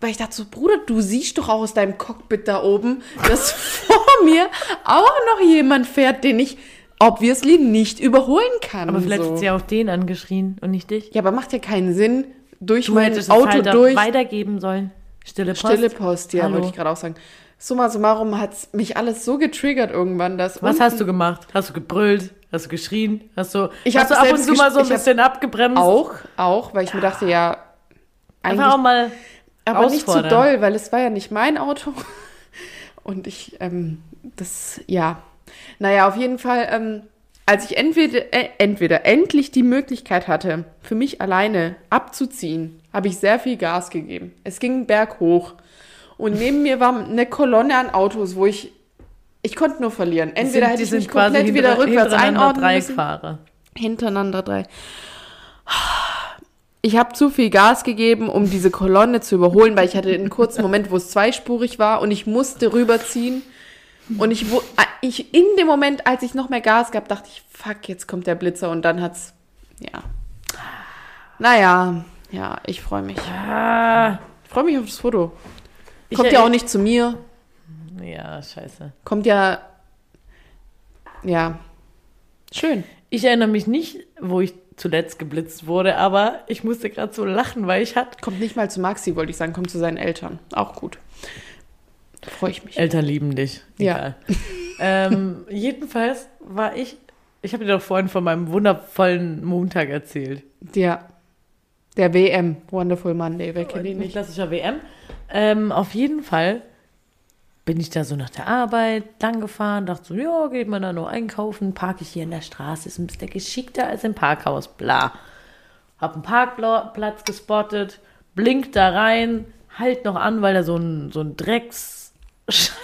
S2: weil ich dachte so, Bruder, du siehst doch auch aus deinem Cockpit da oben, dass vor mir auch noch jemand fährt, den ich obviously nicht überholen kann.
S1: Aber vielleicht
S2: so.
S1: hat sie auch den angeschrien und nicht dich.
S2: ja, aber macht ja keinen Sinn, durch
S1: Du
S2: mein
S1: hättest
S2: Auto
S1: es halt
S2: durch.
S1: durch. weitergeben sollen. Stille Post.
S2: Stille Post, ja,
S1: Hallo.
S2: wollte ich gerade auch sagen. Summa summarum hat mich alles so getriggert irgendwann, dass.
S1: Was
S2: unten-
S1: hast du gemacht? Hast du gebrüllt? Hast du geschrien? Hast du,
S2: Ich hab
S1: hast du ab und
S2: selbst
S1: zu mal so ein
S2: gesch- ich hab
S1: bisschen abgebremst?
S2: Auch, auch, weil ich mir dachte, ja, eigentlich
S1: Einfach auch mal.
S2: Aber nicht zu
S1: Herausfordern.
S2: doll, weil es war ja nicht mein Auto. Und ich, ähm, das, ja. Naja, auf jeden Fall ähm, als ich entweder, äh, entweder endlich die Möglichkeit hatte, für mich alleine abzuziehen, habe ich sehr viel Gas gegeben. Es ging berghoch. Und neben mir war eine Kolonne an Autos, wo ich, ich konnte nur verlieren. Entweder hätte ich mich halt komplett wieder rückwärts einordnen müssen.
S1: Dreieckfahrer.
S2: Hintereinander drei. Ich habe zu viel Gas gegeben, um diese Kolonne zu überholen, weil ich hatte einen kurzen Moment, wo es zweispurig war und ich musste rüberziehen. Und ich, wo- ah, ich in dem Moment, als ich noch mehr Gas gab, dachte ich, fuck, jetzt kommt der Blitzer und dann hat's. Ja. Naja, ja, ich freue mich.
S1: Ah,
S2: Ich freue mich auf das Foto.
S1: Ich-
S2: Kommt ja auch nicht zu mir.
S1: ja, scheiße.
S2: Kommt ja. Ja. Schön.
S1: Ich erinnere mich nicht, wo ich zuletzt geblitzt wurde, aber ich musste gerade so lachen, weil ich hatte.
S2: Kommt nicht mal zu Maxi, wollte ich sagen, kommt zu seinen Eltern. Auch gut. Freue ich mich.
S1: Eltern lieben dich.
S2: Ja.
S1: Egal. ähm, jedenfalls war ich. Ich habe dir doch vorhin von meinem wundervollen Montag erzählt.
S2: Ja. Der WM, Wonderful Monday, wer kennt ihn
S1: Ein
S2: Oh, nicht?
S1: klassischer WM. Ähm, auf jeden Fall bin ich da so nach der Arbeit lang gefahren, dachte so, ja, geht man da nur einkaufen, parke ich hier in der Straße, ist ein bisschen geschickter als im Parkhaus, bla. Hab einen Parkplatz gespottet, blink da rein, halt noch an, weil da so ein, so ein Drecks, scheiß,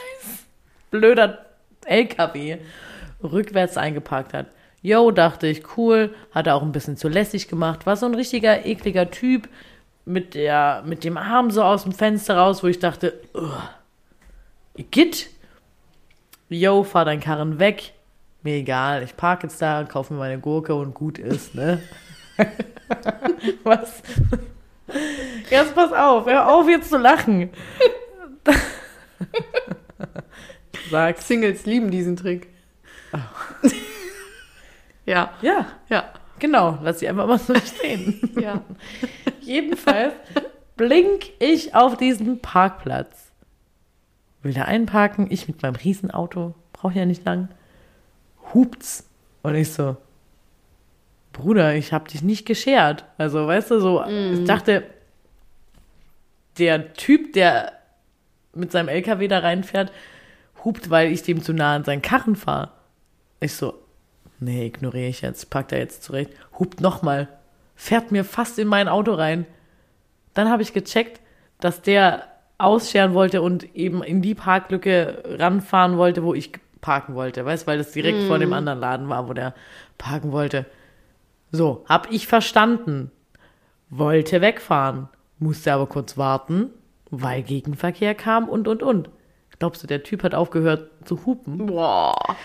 S1: blöder LKW rückwärts eingeparkt hat. Yo, dachte ich, cool, hat er auch ein bisschen zu lässig gemacht, war so ein richtiger ekliger Typ mit, der, mit dem Arm so aus dem Fenster raus, wo ich dachte, "Ugh, Git, yo, fahr deinen Karren weg, mir egal, ich park jetzt da, kaufe mir meine Gurke und gut ist, ne? Was? Jetzt pass auf, hör auf jetzt zu lachen. Sag's.
S2: Singles lieben diesen Trick. Ah. ja,
S1: Ja,
S2: ja,
S1: genau, lass sie einfach mal so stehen.
S2: ja.
S1: Jedenfalls blink ich auf diesen Parkplatz. Will da einparken, ich mit meinem Riesenauto, brauche ja nicht lang. Hupt's. Und ich so, Bruder, ich hab dich nicht geschert. Also, weißt du, so, ich dachte, der Typ, der mit seinem LKW da reinfährt, hupt, weil ich dem zu nah an seinen Karren fahre. Ich so, nee, ignoriere ich jetzt, pack da jetzt zurecht. Hupt nochmal, fährt mir fast in mein Auto rein. Dann habe ich gecheckt, dass der ausscheren wollte und eben in die Parklücke ranfahren wollte, wo ich parken wollte, weißt, weil das direkt vor dem anderen Laden war, wo der parken wollte. So, hab ich verstanden. Wollte wegfahren, musste aber kurz warten, weil Gegenverkehr kam und und und. Glaubst du, der Typ hat aufgehört zu hupen?
S2: Boah.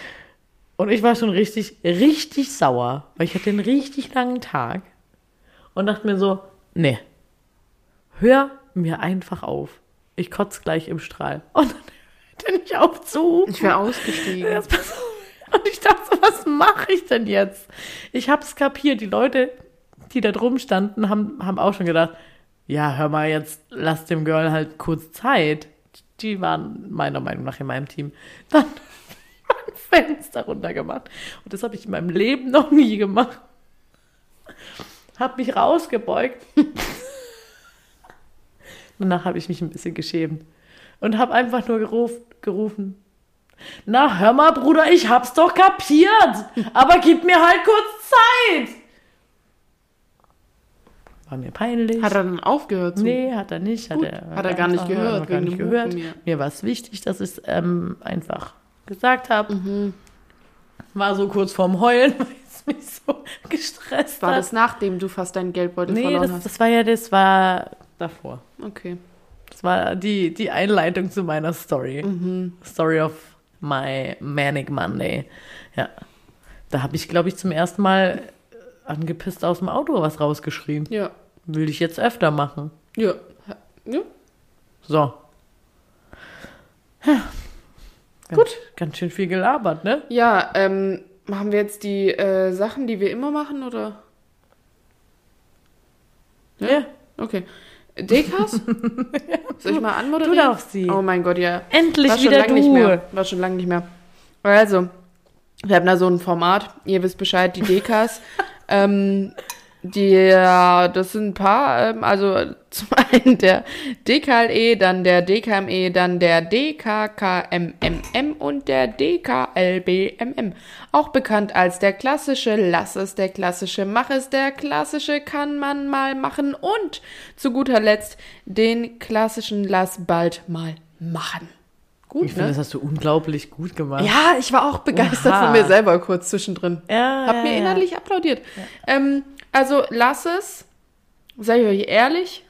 S1: Und ich war schon richtig, richtig sauer, weil ich hatte einen richtig langen Tag und dachte mir so, nee, hör mir einfach auf. Ich kotze gleich im Strahl. Und dann hörte ich auf zu hupen.
S2: Ich wäre ausgestiegen.
S1: Jetzt pass auf. Und ich dachte, so, was mache ich denn jetzt? Ich hab's kapiert. Die Leute, die da drum standen, haben, haben auch schon gedacht, ja, hör mal, jetzt lass dem Girl halt kurz Zeit. Die waren meiner Meinung nach in meinem Team. Dann mein Fenster runtergemacht. Und das habe ich in meinem Leben noch nie gemacht. Hab mich rausgebeugt. Danach habe ich mich ein bisschen geschämt. Und habe einfach nur gerufen, gerufen, na, hör mal, Bruder, ich hab's doch kapiert. Aber gib mir halt kurz Zeit. War mir peinlich.
S2: Hat er dann aufgehört zu?
S1: Nee, hat er nicht. Hat,
S2: Gut,
S1: er,
S2: hat er gar nicht
S1: einfach-
S2: gehört,
S1: hat er Gar
S2: wegen
S1: nicht
S2: dem
S1: gehört.
S2: Hupen, ja.
S1: Mir war es wichtig, dass ich es ähm, einfach gesagt habe.
S2: Mhm.
S1: War so kurz vorm Heulen, weil es mich so gestresst
S2: War
S1: hat.
S2: das nachdem du fast deinen Geldbeutel
S1: nee,
S2: verloren
S1: das,
S2: hast?
S1: das war ja, das war davor.
S2: Okay.
S1: Das war die, die Einleitung zu meiner Story.
S2: Mhm.
S1: Story of my Manic Monday. Ja. Da habe ich, glaube ich, zum ersten Mal angepisst aus dem Auto was rausgeschrien.
S2: Ja.
S1: Will ich jetzt öfter machen.
S2: Ja. Ja.
S1: So. Gut. Ganz schön viel gelabert, ne?
S2: Ja, ähm, machen wir jetzt die äh, Sachen, die wir immer machen, oder?
S1: Ja.
S2: Okay. Dekas? Soll ich mal anmoderieren?
S1: Du darfst sie.
S2: Oh mein Gott, ja.
S1: Endlich
S2: War schon
S1: wieder
S2: lange
S1: du.
S2: nicht mehr. War schon lange nicht mehr. Also, wir haben da so ein Format. Ihr wisst Bescheid, die Dekas. ähm, Ja, das sind ein paar, ähm, also zum einen der DKLE, E, dann der DKME, E, dann der DKKMMM und der DKLBMM. Auch bekannt als der klassische Lass es, der klassische Mach es, der klassische Kann man mal machen und zu guter Letzt den klassischen Lass bald mal machen.
S1: Ich
S2: Gut,
S1: finde,
S2: ne?
S1: das hast du unglaublich gut gemacht.
S2: Ja, ich war auch begeistert
S1: Oha.
S2: von mir selber kurz zwischendrin.
S1: Ja,
S2: Hab
S1: ja,
S2: mir
S1: ja.
S2: innerlich applaudiert. Ähm, also lass es, sei ich euch ehrlich,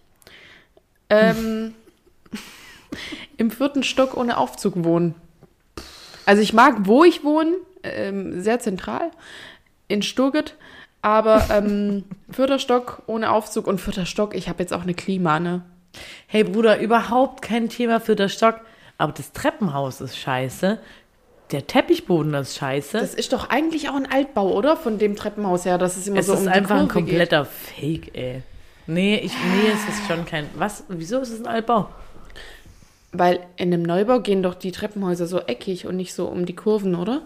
S2: ähm, im vierten Stock ohne Aufzug wohnen. Also ich mag, wo ich wohne, ähm, sehr zentral, in Sturgit, aber ähm, vierter Stock ohne Aufzug und vierter Stock, ich habe jetzt auch eine Klima, ne?
S1: Hey Bruder, überhaupt kein Thema für das Stock. Aber das Treppenhaus ist scheiße. Der Teppichboden ist scheiße.
S2: Das ist doch eigentlich auch ein Altbau, oder? Von dem Treppenhaus her, dass es immer
S1: es
S2: so
S1: ist
S2: um die
S1: einfach ein
S2: Kurve geht.
S1: kompletter Fake, ey. Nee, ich, nee, es ist schon kein. Was? Wieso ist es ein Altbau?
S2: Weil in einem Neubau gehen doch die Treppenhäuser so eckig und nicht so um die Kurven, oder?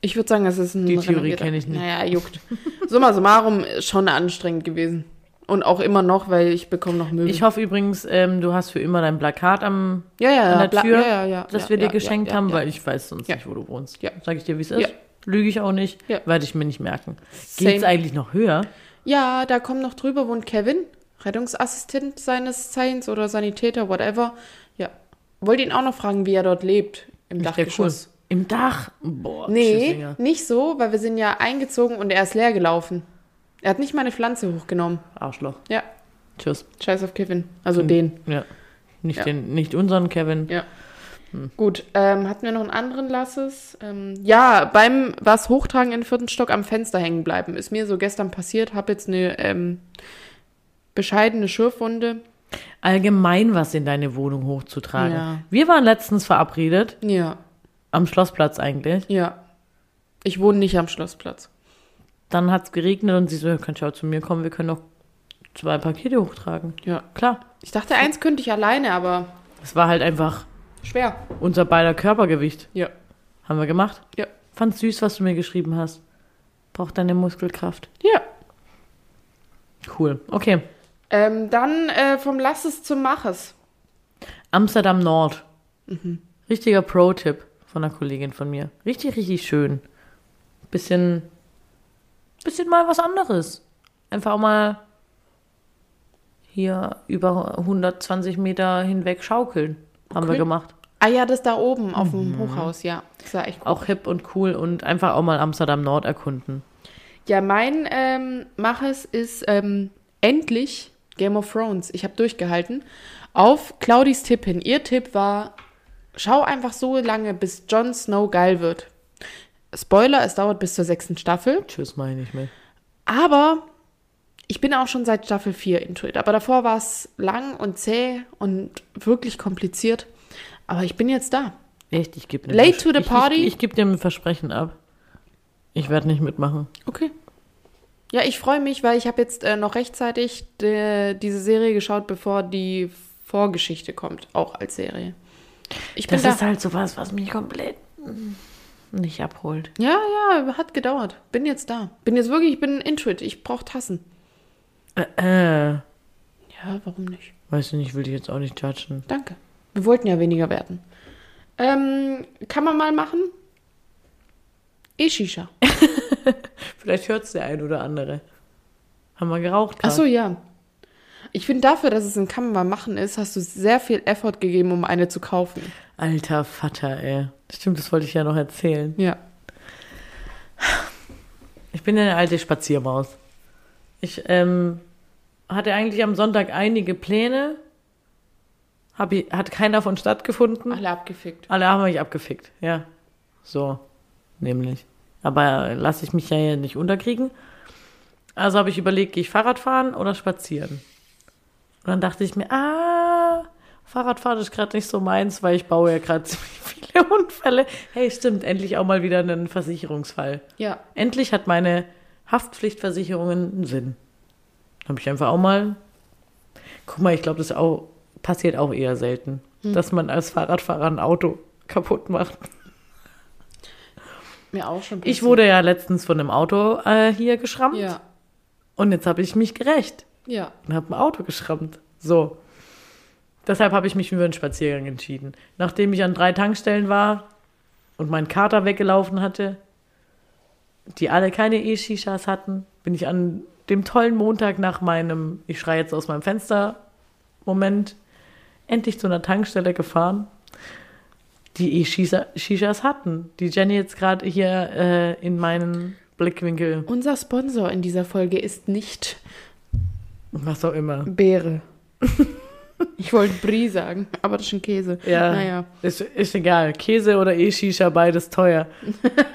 S2: Ich würde sagen, es ist ein.
S1: Die Theorie
S2: renovierter-
S1: kenn ich nicht.
S2: Naja, juckt. Summa summarum äh, schon anstrengend gewesen. Und auch immer noch, weil ich bekomme noch Möbel.
S1: Ich hoffe übrigens, ähm, du hast für immer dein Plakat am,
S2: ja, ja, ja,
S1: an der
S2: bla-
S1: Tür,
S2: ja, ja, ja,
S1: das
S2: ja,
S1: wir dir
S2: ja,
S1: geschenkt
S2: ja,
S1: haben,
S2: ja,
S1: weil ich weiß sonst
S2: Ja.
S1: nicht, wo du wohnst.
S2: Ja.
S1: Sag ich dir, wie es ist.
S2: Ja.
S1: Lüge ich auch nicht,
S2: Ja.
S1: werde ich mir nicht merken.
S2: Same.
S1: Geht's eigentlich noch höher?
S2: Ja, da kommt noch drüber, wohnt Kevin, Rettungsassistent seines Zeichens oder Sanitäter, whatever. Ja. Wollte ihn auch noch fragen, wie er dort lebt. Im
S1: Ist der
S2: Dachgeschoss.
S1: cool. Im Dach? Boah,
S2: Nee,
S1: Schisslinger.
S2: nicht so, weil wir sind ja eingezogen und er ist leer gelaufen. Er hat nicht mal eine Pflanze hochgenommen.
S1: Arschloch.
S2: Ja,
S1: Tschüss.
S2: scheiß auf Kevin. Also den.
S1: Ja. Nicht,
S2: Ja.
S1: Den, nicht unseren Kevin.
S2: Ja. Gut, ähm, hatten wir noch einen anderen Lasses? Ähm, ja, beim was hochtragen in den vierten Stock am Fenster hängen bleiben. Ist mir so gestern passiert, habe jetzt eine ähm, bescheidene Schürfwunde.
S1: Allgemein was in deine Wohnung hochzutragen.
S2: Ja.
S1: Wir waren letztens verabredet,
S2: Ja,
S1: am Schlossplatz eigentlich.
S2: ja. Ich wohne nicht am Schlossplatz.
S1: Dann hat's geregnet und sie so, könnt ihr auch zu mir kommen, wir können noch zwei Pakete hochtragen.
S2: Ja.
S1: Klar.
S2: Ich dachte, eins könnte ich alleine, aber
S1: Es war halt einfach
S2: schwer.
S1: unser beider Körpergewicht.
S2: Ja.
S1: Haben wir gemacht.
S2: Ja.
S1: Fand's süß, was du mir geschrieben hast. Braucht deine Muskelkraft.
S2: Ja.
S1: Cool. Okay.
S2: Ähm, dann äh, vom Lasses zum Maches.
S1: Amsterdam Nord.
S2: Mhm.
S1: Richtiger Pro-Tipp von einer Kollegin von mir. Richtig, richtig schön. Bisschen, bisschen mal was anderes. Einfach auch mal hier über 120 Meter hinweg schaukeln. Haben wir
S2: Okay.
S1: gemacht.
S2: Ah ja, das da oben auf dem Hochhaus, ja. Das war echt cool.
S1: Auch hip und cool und einfach auch mal Amsterdam Nord erkunden.
S2: Ja, mein ähm, Maches ist ähm, endlich Game of Thrones. Ich habe durchgehalten. Auf Claudis Tipp hin. Ihr Tipp war, schau einfach so lange, bis Jon Snow geil wird. Spoiler, es dauert bis zur sechsten Staffel.
S1: Tschüss, meine ich nicht mehr.
S2: Aber ich bin auch schon seit Staffel 4 into it. Aber davor war es lang und zäh und wirklich kompliziert. Aber ich bin jetzt da.
S1: Echt, ich gebe
S2: Late to the
S1: Ich,
S2: party?
S1: ich, ich gebe dir ein Versprechen ab. Ich werde nicht mitmachen.
S2: Okay. Ja, ich freue mich, weil ich habe jetzt äh, noch rechtzeitig de, diese Serie geschaut, bevor die Vorgeschichte kommt, auch als Serie. Ich bin
S1: Das
S2: da.
S1: ist halt sowas, was mich komplett mm, nicht abholt.
S2: ja, ja, hat gedauert. Bin jetzt da. Bin jetzt wirklich, ich bin into it. Ich brauche Tassen.
S1: Äh,
S2: Ja, warum nicht?
S1: Weißt du nicht, will ich jetzt auch nicht judgen.
S2: Danke. Wir wollten ja weniger werden. Ähm, kann man mal machen? E-Shisha.
S1: Vielleicht hört es der ein oder andere. Haben wir geraucht?
S2: Ach so, ja. Ich finde dafür, dass es in Kammer machen ist, hast du sehr viel Effort gegeben, um eine zu kaufen.
S1: Alter Vater, ey. Stimmt, das wollte ich ja noch erzählen.
S2: Ja.
S1: Ich bin ja eine alte Spaziermaus. Ich ähm, hatte eigentlich am Sonntag einige Pläne. Hab ich, hat keiner davon stattgefunden.
S2: Alle abgefickt.
S1: Alle haben mich abgefickt, ja. So, nämlich. Aber lasse ich mich ja hier nicht unterkriegen. Also habe ich überlegt, gehe ich Fahrrad fahren oder spazieren? Und dann dachte ich mir, ah, Fahrradfahren ist gerade nicht so meins, weil ich baue ja gerade ziemlich viele Unfälle. Hey, stimmt, endlich auch mal wieder einen Versicherungsfall.
S2: Ja.
S1: Endlich hat meine Haftpflichtversicherung einen Sinn. Habe ich einfach auch mal. Guck mal, ich glaube, das auch, passiert auch eher selten, dass man als Fahrradfahrer ein Auto kaputt macht.
S2: Mir auch schon
S1: Ich wurde ja letztens von einem Auto äh, hier geschrammt
S2: Ja,
S1: und jetzt habe ich mich gerecht
S2: ja.
S1: und habe ein Auto geschrammt. So. Deshalb habe ich mich für einen Spaziergang entschieden. Nachdem ich an drei Tankstellen war und meinen Kater weggelaufen hatte, die alle keine E-Shishas hatten, bin ich an dem tollen Montag nach meinem Ich schreie jetzt aus meinem Fenster Moment endlich zu einer Tankstelle gefahren, die E-Shishas hatten, die Jenny jetzt gerade hier äh, in meinen Blickwinkel,
S2: Unser Sponsor in dieser Folge ist nicht
S1: was auch immer.
S2: Beere. ich wollte Brie sagen, aber das ist ein Käse.
S1: Ja.
S2: Naja.
S1: Ist, ist egal. Käse oder E-Shisha, beides teuer.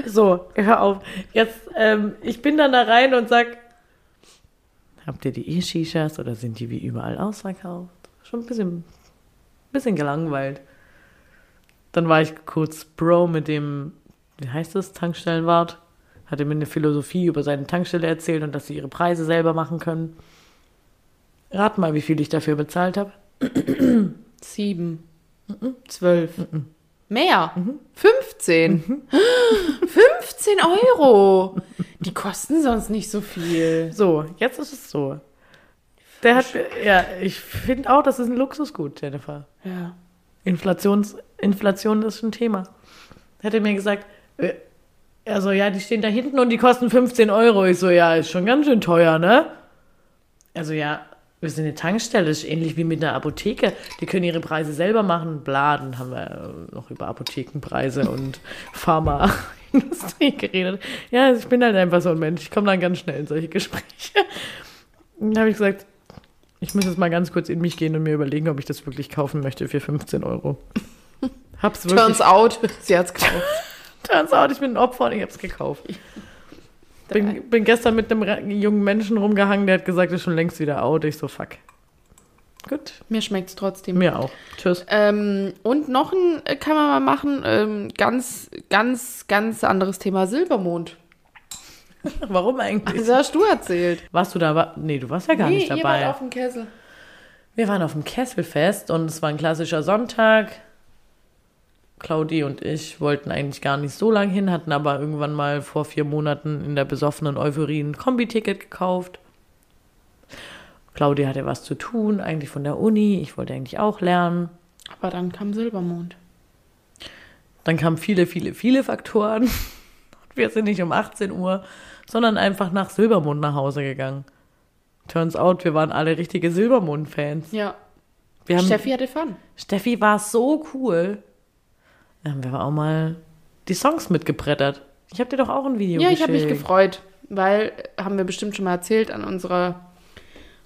S1: so, hör auf. Jetzt, ähm, ich bin dann da rein und sag, habt ihr die E-Shishas oder sind die wie überall ausverkauft? Schon ein bisschen, bisschen gelangweilt. Dann war ich kurz Bro mit dem, wie heißt das, Tankstellenwart. Hatte mir eine Philosophie über seine Tankstelle erzählt und dass sie ihre Preise selber machen können. Rat mal, wie viel ich dafür bezahlt habe.
S2: Sieben. Mhm. Zwölf. Mehr. 15. Mhm. 15 Euro. Die kosten sonst nicht so viel.
S1: So, jetzt ist es so. Der hat, ja, ich finde auch, das ist ein Luxusgut, Jennifer.
S2: Ja.
S1: Inflations, Inflation ist ein Thema. Hätte mir gesagt, äh, also ja, die stehen da hinten und die kosten 15 Euro. Ich so, ja, ist schon ganz schön teuer, ne? Also ja, wir sind eine Tankstelle, ist ähnlich wie mit einer Apotheke. Die können ihre Preise selber machen. Bladen haben wir äh, noch über Apothekenpreise und Pharmaindustrie geredet. Ja, ich bin halt einfach so ein Mensch. Ich komme dann ganz schnell in solche Gespräche. Dann habe ich gesagt, ich muss jetzt mal ganz kurz in mich gehen und mir überlegen, ob ich das wirklich kaufen möchte für 15 Euro. Hab's wirklich.
S2: Turns out, sie hat's gekauft.
S1: Turns out, ich bin ein Opfer und ich hab's gekauft. Bin, bin gestern mit einem ra- jungen Menschen rumgehangen, der hat gesagt, ist schon längst wieder out. Ich so, fuck. Gut.
S2: Mir schmeckt's trotzdem.
S1: Mir auch. Tschüss.
S2: Ähm, und noch ein äh, kann man mal machen, ähm, ganz, ganz, ganz anderes Thema, Silbermond.
S1: Warum eigentlich?
S2: Das hast du erzählt.
S1: Warst du da? Wa nee, du warst ja gar nicht
S2: ihr wart
S1: dabei.
S2: auf dem Kessel.
S1: Wir waren auf dem Kesselfest und es war ein klassischer Sonntag. Claudi und ich wollten eigentlich gar nicht so lang hin, hatten aber irgendwann mal vor vier Monaten in der besoffenen Euphorie ein Kombiticket gekauft. Claudi hatte was zu tun, eigentlich von der Uni. Ich wollte eigentlich auch lernen.
S2: Aber dann kam Silbermond.
S1: Dann kamen viele, viele, viele Faktoren. Und wir sind nicht um 18 Uhr, sondern einfach nach Silbermond nach Hause gegangen. Turns out, wir waren alle richtige Silbermond-Fans.
S2: Ja.
S1: Wir haben-
S2: Steffi hatte Fun.
S1: Steffi war so cool. Da haben wir aber auch mal die Songs mitgebrettert. Ich habe dir doch auch ein Video
S2: Ja, ich
S1: geschickt.
S2: habe mich gefreut, weil, äh, haben wir bestimmt schon mal erzählt, an unserer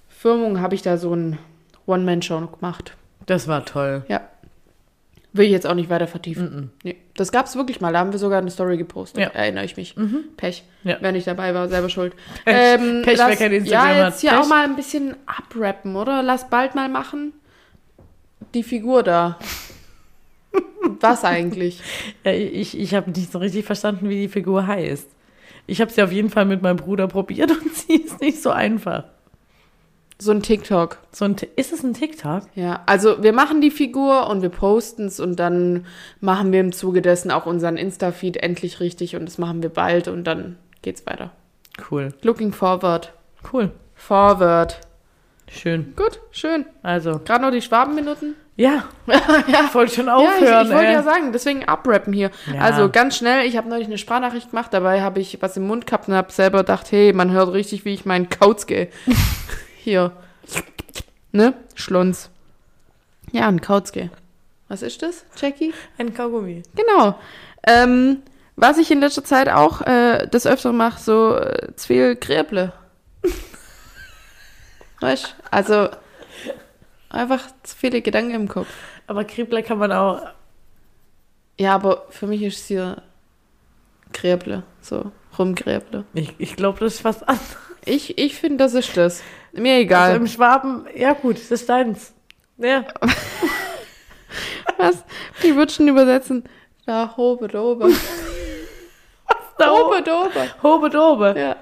S2: Firmung habe ich da so ein One-Man-Show gemacht.
S1: Das war toll.
S2: Ja. Will ich jetzt auch nicht weiter vertiefen. Nee. Das gab es wirklich mal. Da haben wir sogar eine Story gepostet.
S1: Ja. Mhm.
S2: Erinnere ich mich. Pech.
S1: Ja.
S2: Wer nicht dabei war, selber schuld. Ähm,
S1: Pech. Pech, wer
S2: lass-
S1: kein Instagram
S2: Ja,
S1: hat.
S2: jetzt hier
S1: Pech.
S2: auch mal ein bisschen abrappen, oder? Lass bald mal machen. Die Figur da. Was eigentlich?
S1: Ja, Äh, ich ich habe nicht so richtig verstanden, wie die Figur heißt. Ich habe sie auf jeden Fall mit meinem Bruder probiert und sie ist nicht so einfach.
S2: So ein TikTok.
S1: So ein, Ti- ist es ein TikTok?
S2: Ja, also wir machen die Figur und wir posten es und dann machen wir im Zuge dessen auch unseren Insta-Feed endlich richtig und das machen wir bald und dann geht's weiter.
S1: Cool.
S2: Looking forward.
S1: Cool.
S2: Forward.
S1: Schön.
S2: Gut, schön.
S1: Also,
S2: Gerade noch die Schwabenminuten.
S1: ja. Ich wollte schon
S2: Ja, ich,
S1: aufhören.
S2: ich wollte
S1: ey.
S2: ja sagen, deswegen abrappen hier.
S1: Ja.
S2: Also ganz schnell, ich habe neulich eine Sprachnachricht gemacht, dabei habe ich was im Mund gehabt und habe selber gedacht, hey, man hört richtig, wie ich meinen Kauz gehe. hier. Ne? Schlunz. Ja, ein Kauz gehe. Was ist das, Jackie?
S1: Ein Kaugummi.
S2: Genau. Ähm, was ich in letzter Zeit auch äh, des Öfteren mache, so äh, zu viel Gräble. weißt Also einfach zu viele Gedanken im Kopf.
S1: Aber Kriebler kann man auch.
S2: Ja, aber für mich ist es hier Gräble. So, rumgräble.
S1: Ich, ich glaube, das ist was anderes.
S2: Ich, ich finde, das ist das. Mir
S1: Also
S2: egal.
S1: Im Schwaben, ja gut, das ist deins. Ja. Also,
S2: was? Die würd schon übersetzen. Da, hobe, dobe.
S1: Da oben.
S2: Hobe, dobe.
S1: Hobe dobe.
S2: Ja.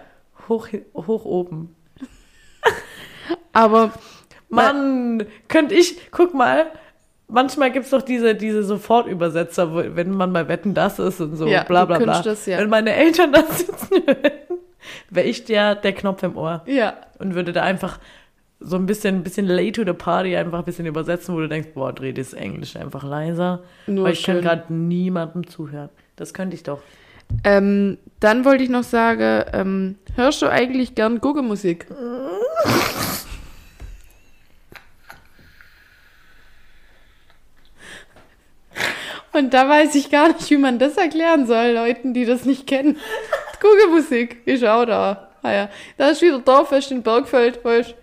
S1: Hoch, hoch oben.
S2: Aber
S1: Mann, könnte ich, guck mal, manchmal gibt es doch diese, diese Sofortübersetzer, wo, wenn man bei Wetten das ist und so,
S2: Ja,
S1: bla
S2: du
S1: bla bla.
S2: könntest das, ja.
S1: Wenn meine Eltern das jetzt hören, wäre ich der, der Knopf im Ohr
S2: Ja,
S1: und würde da einfach so ein bisschen, ein bisschen late to the party einfach ein bisschen übersetzen, wo du denkst, boah, dreh das Englisch einfach leiser,
S2: nur
S1: weil ich
S2: schön.
S1: kann gerade niemandem zuhören. Das könnte ich doch.
S2: ähm, dann wollte ich noch sagen, ähm, hörst du eigentlich gern Guggemusik? Und da weiß ich gar nicht, wie man das erklären soll, Leuten, die das nicht kennen. Guggemusik, ich auch da. Ah ja, da ist wieder Dorffest in Bergfeld, weißt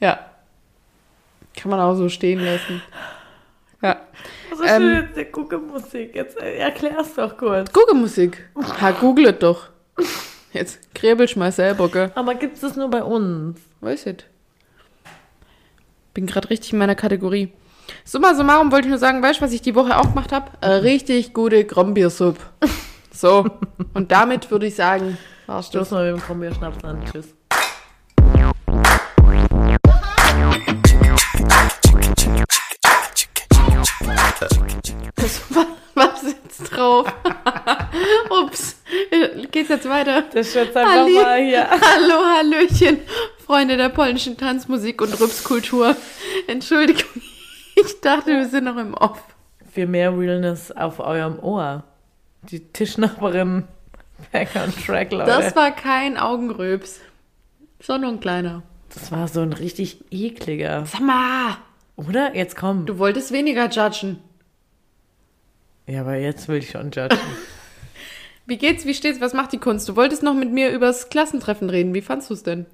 S2: Ja. Kann man auch so stehen lassen. Ja.
S1: So
S2: Ähm.
S1: schön, der Gucke-Musik. Jetzt äh, erklär's doch kurz.
S2: Google-Musik. Ha, googlet doch. Jetzt gräbelst mal selber, gell?
S1: Aber gibt's das nur bei uns?
S2: Weiß ich. Bin gerade richtig in meiner Kategorie. Summa summarum wollte ich nur sagen, weißt du, was ich die Woche auch gemacht habe? Richtig gute Grombiersupp. So. Und damit würde ich sagen, warst du.
S1: Stoß mal mit dem Kombi-Schnaps an. Tschüss.
S2: Was jetzt drauf? Ups. Geht's jetzt weiter?
S1: Das wird einfach
S2: Ali.
S1: mal hier.
S2: Hallo, Hallöchen, Freunde der polnischen Tanzmusik und Rübskultur. Entschuldigung, ich dachte, wir sind noch im Off.
S1: Für mehr Realness auf eurem Ohr. Die Tischnachbarin back on track, Leute.
S2: Das
S1: Das,
S2: war kein Augenröps, sondern ein kleiner.
S1: war so ein richtig ekliger.
S2: Sag mal,
S1: Oder? Jetzt komm.
S2: du wolltest weniger judgen.
S1: Ja, aber jetzt will ich schon judgen.
S2: Wie geht's, wie steht's, was macht die Kunst? Du wolltest noch mit mir übers Klassentreffen reden. Wie fandst du's denn?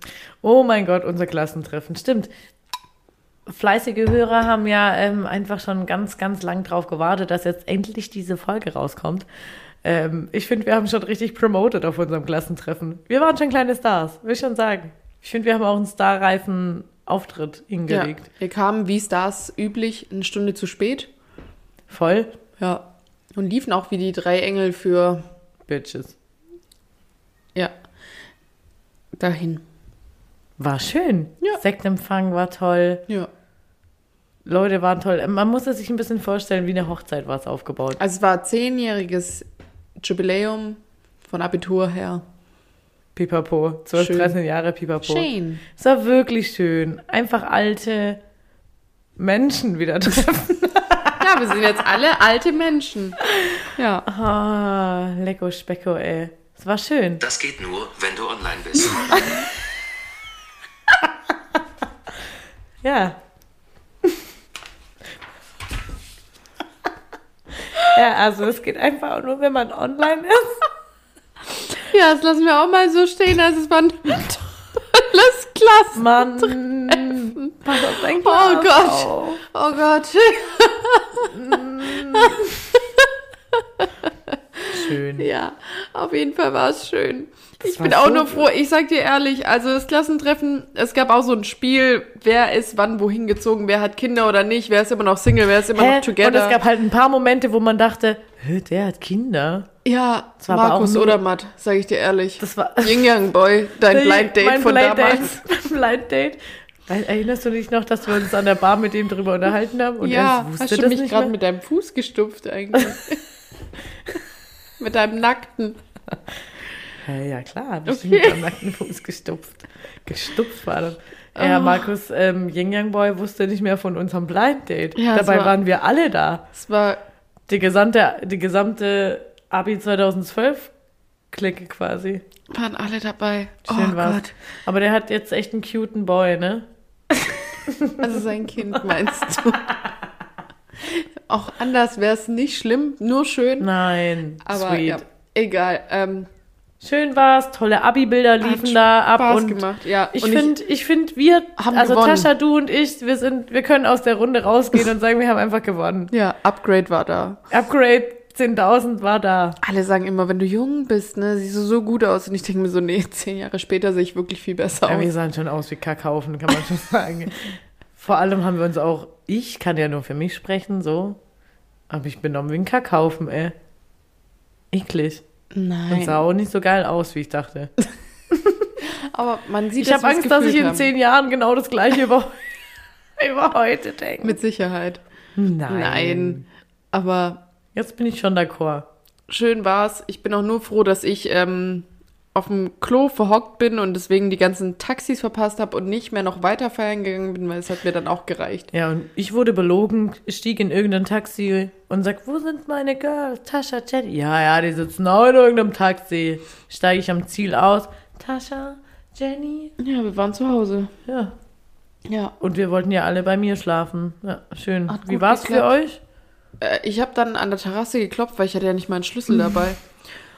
S1: Oh mein Gott, unser Klassentreffen. Stimmt. Fleißige Hörer haben ja ähm, einfach schon ganz, ganz lang drauf gewartet, dass jetzt endlich diese Folge rauskommt. Ähm, ich finde, wir haben schon richtig promoted auf unserem Klassentreffen. Wir waren schon kleine Stars, will ich schon sagen. Ich finde, wir haben auch einen starreifen Auftritt hingelegt.
S2: Wir kamen, wie Stars üblich, eine Stunde zu spät.
S1: Voll
S2: Ja. Und liefen auch wie die drei Engel für,
S1: Bitches.
S2: ja, dahin.
S1: War schön.
S2: Ja.
S1: Sektempfang war toll.
S2: Ja.
S1: Leute waren toll. Man muss es sich ein bisschen vorstellen, wie eine Hochzeit war es aufgebaut.
S2: Also es war zehnjähriges Jubiläum von Abitur her.
S1: Pipapo. 12,
S2: Schön.
S1: 13 Jahre Pipapo.
S2: Schön.
S1: Es war wirklich schön. Einfach alte Menschen wieder treffen.
S2: Ja, wir sind jetzt alle alte Menschen. Ja.
S1: Ah, Lecko Specko, ey. Es war schön.
S3: Das geht nur, wenn du online bist.
S1: Ja. ja, also es geht einfach auch nur, wenn man online ist.
S2: Ja, das lassen wir auch mal so stehen. Also es war ein tolles Klassen.
S1: Mann, pass auf dein
S2: Oh
S1: Glas
S2: Gott.
S1: auf.
S2: Oh Gott.
S1: Schön.
S2: Ja, auf jeden Fall war es schön. ich
S1: war
S2: bin auch
S1: so
S2: nur froh. Ich sag dir ehrlich, also das Klassentreffen, es gab auch so ein Spiel, wer ist wann wohin gezogen, wer hat Kinder oder nicht, wer ist immer noch Single, wer ist immer
S1: Hä?
S2: noch together.
S1: Und es gab halt ein paar Momente, wo man dachte, "Hä, der hat Kinder.
S2: ja,
S1: Es war aber auch
S2: Markus
S1: nur-
S2: oder Matt, sag ich dir ehrlich.
S1: Das war
S2: Ying Yang Boy, dein Blind Date
S1: mein
S2: von
S1: Blind
S2: damals.
S1: Date, mein Blind Date. Weil, Erinnerst du dich noch, dass wir uns an der Bar mit dem drüber unterhalten haben? Und
S2: ja,
S1: er wusste
S2: hast du
S1: das
S2: mich
S1: nicht
S2: gerade
S1: mehr?
S2: mit deinem Fuß gestupft eigentlich? mit deinem nackten.
S1: Ja, ja, klar, hab ich dich
S2: Okay.
S1: mit am nackten Fuß gestupft. Gestupft war das. Ja,
S2: Oh.
S1: Markus, ähm, Yin Yang Boy wusste nicht mehr von unserem Blind Date.
S2: Ja, das
S1: Dabei
S2: war-
S1: waren wir alle da.
S2: Es war
S1: Die gesamte, die gesamte Abi 2012 Clique quasi.
S2: waren alle dabei.
S1: Schön
S2: oh
S1: war's.
S2: Gott.
S1: Aber der hat jetzt echt einen cuten Boy, ne?
S2: Also sein Kind meinst du? Auch anders wäre es nicht schlimm, nur schön.
S1: Nein,
S2: aber
S1: sweet.
S2: ja, egal. Ähm,
S1: Schön war's, tolle Abi-Bilder liefen da ab
S2: Spaß
S1: und
S2: gemacht. Ja,
S1: Ich
S2: und
S1: finde, ich find, wir,
S2: Haben
S1: also
S2: gewonnen.
S1: Tascha, du und ich, wir sind, wir können aus der Runde rausgehen und sagen, wir haben einfach gewonnen.
S2: ja, Upgrade war da.
S1: Upgrade 10.000 war da.
S2: Alle sagen immer, wenn du jung bist, ne, siehst du so gut aus. Und ich denke mir so, nee, zehn Jahre später sehe ich wirklich viel besser
S1: Ja, wir
S2: aus.
S1: sahen schon aus wie Kackhaufen, kann man schon sagen. Vor allem haben wir uns auch, ich kann ja nur für mich sprechen, so, aber ich bin auch wie ein Kackhaufen, ey. Eklig. Und
S2: Nein.
S1: sah auch nicht so geil aus, wie ich dachte.
S2: Aber man sieht,
S1: Ich habe
S2: wir's
S1: Angst, dass
S2: gefühlt
S1: ich in
S2: haben.
S1: zehn Jahren genau das gleiche über über heute denken.
S2: Mit Sicherheit.
S1: Nein.
S2: Nein. Aber
S1: Jetzt bin ich schon d'accord.
S2: schön war's. Ich bin auch nur froh, dass ich ähm, auf dem Klo verhockt bin und deswegen die ganzen Taxis verpasst habe und nicht mehr noch weiter feiern gegangen bin, weil es hat mir dann auch gereicht.
S1: Ja, und ich wurde belogen, stieg in irgendein Taxi und sagt, wo sind meine Girls? Tascha, Jenny. Ja, ja, die sitzen auch in irgendeinem Taxi. Steige ich am Ziel aus. Tascha, Jenny.
S2: Ja, wir waren zu Hause.
S1: Ja.
S2: Ja.
S1: Und wir wollten ja alle bei mir schlafen. Ja, schön.
S2: Hat
S1: Wie
S2: gut
S1: war's für
S2: geklappt.
S1: euch?
S2: Äh, ich habe dann an der Terrasse geklopft, weil ich hatte ja nicht meinen Schlüssel dabei.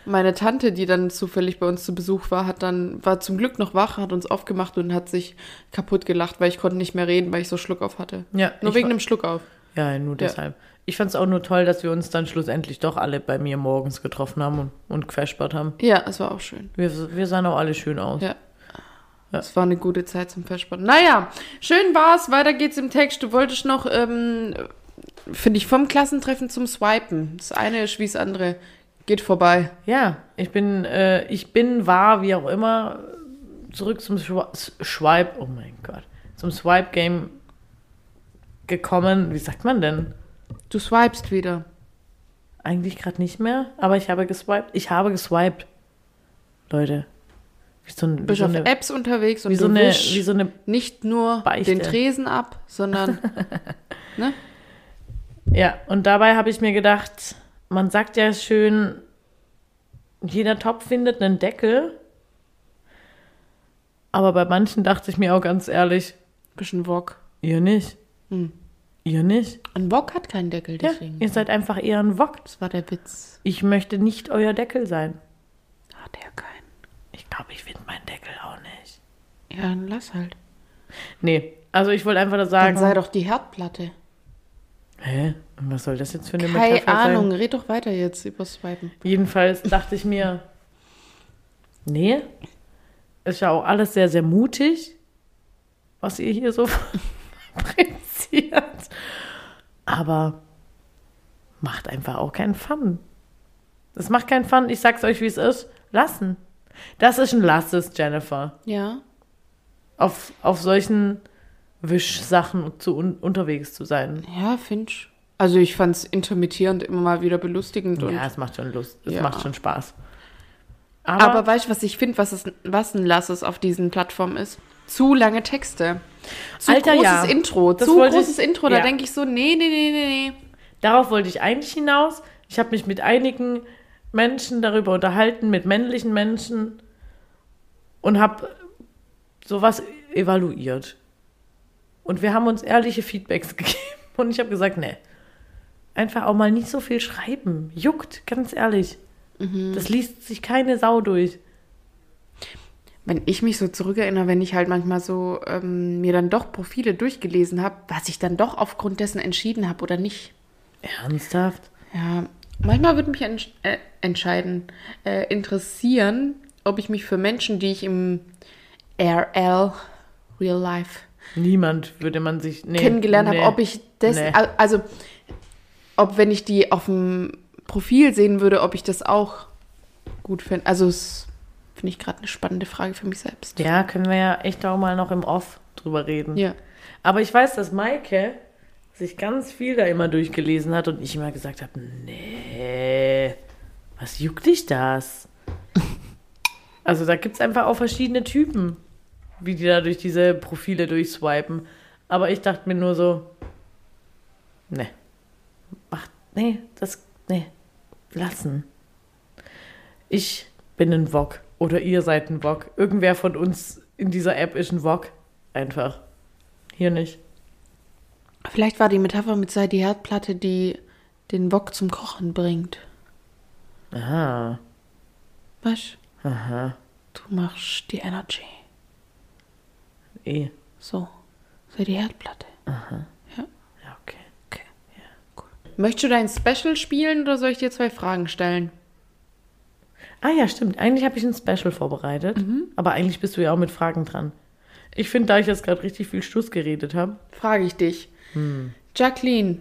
S2: Meine Tante, die dann zufällig bei uns zu Besuch war, hat dann, war zum Glück noch wach, hat uns aufgemacht und hat sich kaputt gelacht, weil ich konnte nicht mehr reden, weil ich so Schluckauf hatte.
S1: Ja,
S2: Nur
S1: ich
S2: wegen
S1: wa-
S2: dem Schluckauf.
S1: Ja, nur deshalb. Ich fand's auch nur toll, dass wir uns dann schlussendlich doch alle bei mir morgens getroffen haben und, und querspart haben.
S2: Ja, es war auch schön.
S1: Wir, wir sahen auch alle schön aus.
S2: Ja. Es war eine gute Zeit zum Verspannen. Naja, schön war's. Weiter geht's im Text. Du wolltest noch, ähm, finde ich, vom Klassentreffen zum Swipen. Das eine ist wie das andere. Geht vorbei.
S1: Ja, ich bin, äh, ich bin, war, wie auch immer, zurück zum Schwa- S- Swipe, oh mein Gott, zum Swipe-Game gekommen. Wie sagt man denn?
S2: Du swipest wieder.
S1: Eigentlich gerade nicht mehr, aber ich habe geswiped. Ich habe geswiped. Leute. Wie so, ein, wie
S2: Bist
S1: so
S2: auf
S1: eine,
S2: Apps unterwegs und
S1: wie so
S2: du
S1: eine,
S2: wischst
S1: wie so eine,
S2: nicht nur
S1: Beichte.
S2: den Tresen ab, sondern ne?
S1: ja, und dabei habe ich mir gedacht, man sagt ja schön, jeder Topf findet einen Deckel. Aber bei manchen dachte ich mir auch ganz ehrlich,
S2: bisschen Wok.
S1: Ihr nicht. Ihr nicht?
S2: Ein Wok hat keinen Deckel,
S1: Ja,
S2: deswegen.
S1: ihr seid einfach eher ein Wok.
S2: Das war der Witz.
S1: Ich möchte nicht euer Deckel sein.
S2: Hat er keinen.
S1: Ich glaube, ich finde meinen Deckel auch nicht.
S2: Ja, dann lass halt. Genau.
S1: Nee, also ich wollte einfach das
S2: Dann
S1: sagen.
S2: sei doch die Herdplatte.
S1: Hä? Und was soll das jetzt für eine
S2: Keine
S1: Metapher
S2: Ahnung,
S1: sein?
S2: red doch weiter jetzt über Swipen.
S1: Jedenfalls dachte ich mir, nee, ist ja auch alles sehr, sehr mutig, was ihr hier so fabriziert. Aber macht einfach auch keinen Fun. Das macht keinen Fun. Ich sag's euch, wie es ist. Lassen. Das ist ein Lasses, Jennifer.
S2: Ja.
S1: Auf, auf solchen Wischsachen zu un unterwegs zu sein.
S2: Ja, Finch. Also ich fand's intermittierend immer mal wieder belustigend. Und,
S1: ja, es macht schon Lust. Es
S2: Ja.
S1: macht schon Spaß.
S2: aber, weißt du, was ich finde, was, es- was ein Lasses auf diesen Plattformen ist? Zu lange Texte. Zu
S1: Alter,
S2: großes
S1: ja.
S2: Intro.
S1: Das
S2: zu
S1: wollte
S2: großes
S1: ich-
S2: Intro. Da
S1: ja.
S2: denke ich so, nee, nee, nee, nee, nee.
S1: Darauf wollte ich eigentlich hinaus. Ich habe mich mit einigen Menschen darüber unterhalten, mit männlichen Menschen und habe sowas evaluiert. Und wir haben uns ehrliche Feedbacks gegeben und ich habe gesagt, nee, einfach auch mal nicht so viel schreiben. Juckt, ganz ehrlich.
S2: Mhm.
S1: Das liest sich keine Sau durch.
S2: Wenn ich mich so zurückerinnere, wenn ich halt manchmal so ähm, mir dann doch Profile durchgelesen habe, was ich dann doch aufgrund dessen entschieden habe oder nicht.
S1: Ernsthaft?
S2: Ja, manchmal würde mich entsch äh, entscheiden, äh, interessieren, ob ich mich für Menschen, die ich im RL, Real Life,
S1: Niemand würde man sich nee,
S2: kennengelernt
S1: Äh, nee.
S2: habe, ob ich das,
S1: Nee.
S2: al- also, ob wenn ich die auf dem Profil sehen würde, ob ich das auch gut finde. Also, es finde ich gerade eine spannende Frage für mich selbst.
S1: Ja, können wir ja echt auch mal noch im Off drüber reden.
S2: Ja.
S1: Aber ich weiß, dass Maike sich ganz viel da immer durchgelesen hat und ich immer gesagt habe, nee, was juckt dich das? Also da gibt es einfach auch verschiedene Typen, wie die da durch diese Profile durchswipen. Aber ich dachte mir nur so, nee, macht, nee, das, nee, lassen. Ich bin ein Wok oder ihr seid ein Wok. Irgendwer von uns in dieser App ist ein Wok. Einfach. Hier nicht.
S2: Vielleicht war die Metapher mit sei die Herdplatte, die den Wok zum Kochen bringt.
S1: Aha.
S2: Weißt
S1: Aha.
S2: du, du machst die Energy.
S1: Eh.
S2: So, sei die Herdplatte.
S1: Ja, okay.
S2: Möchtest du dein Special spielen oder soll ich dir zwei Fragen stellen?
S1: Ah ja, stimmt. Eigentlich habe ich ein Special vorbereitet. Aber eigentlich bist du ja auch mit Fragen dran. Ich finde, da ich jetzt gerade richtig viel Stuss geredet habe.
S2: Frage ich dich.
S1: Hm.
S2: Jacqueline,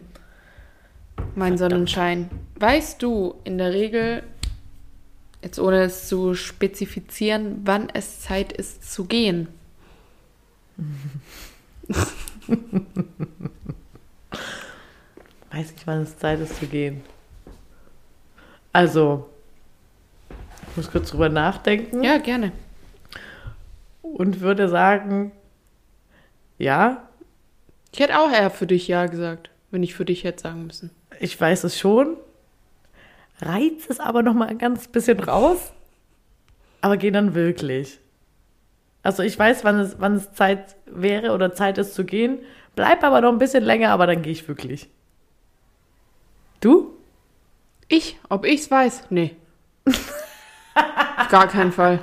S2: mein Sonnenschein, weißt du in der Regel, jetzt ohne es zu spezifizieren, wann es Zeit ist zu gehen?
S1: Weiß nicht, wann es Zeit ist zu gehen. Also, ich muss kurz drüber nachdenken
S2: Ja, gerne.
S1: und würde sagen, ja,
S2: Ich hätte auch eher für dich Ja gesagt, wenn ich für dich hätte sagen müssen.
S1: ich weiß es schon. Reiz es aber noch mal ein ganz bisschen raus, aber geh dann wirklich. Also ich weiß, wann es, wann es Zeit wäre oder Zeit ist zu gehen, bleib aber noch ein bisschen länger, aber dann gehe ich wirklich. Du?
S2: Ich? Ob ich's weiß? Nee. Auf gar keinen Fall.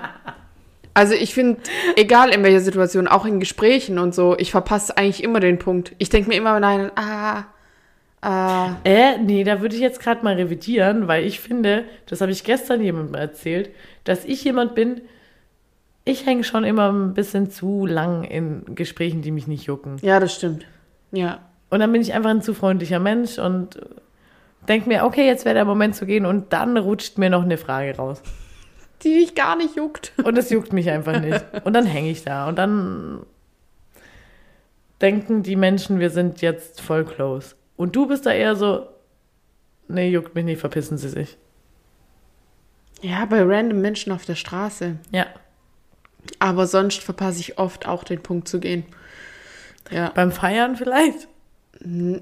S2: Also ich finde, egal in welcher Situation, auch in Gesprächen und so, ich verpasse eigentlich immer den Punkt. Ich denke mir immer, nein, ah, ah.
S1: Äh, nee, da würde ich jetzt gerade mal revidieren, weil ich finde, das habe ich gestern jemandem erzählt, dass ich jemand bin, ich hänge schon immer ein bisschen zu lang in Gesprächen, die mich nicht jucken.
S2: Ja, das stimmt. Ja.
S1: Und dann bin ich einfach ein zu freundlicher Mensch und denke mir, okay, jetzt wäre der Moment zu gehen und dann rutscht mir noch eine Frage raus.
S2: Die dich gar nicht juckt.
S1: Und es juckt mich einfach nicht. Und dann hänge ich da und dann denken die Menschen, wir sind jetzt voll close. Und du bist da eher so, nee, juckt mich nicht, verpissen sie sich.
S2: Ja, bei random Menschen auf der Straße.
S1: Ja.
S2: Aber sonst verpasse ich oft auch den Punkt zu gehen. Ja.
S1: Beim Feiern vielleicht?
S2: Nee,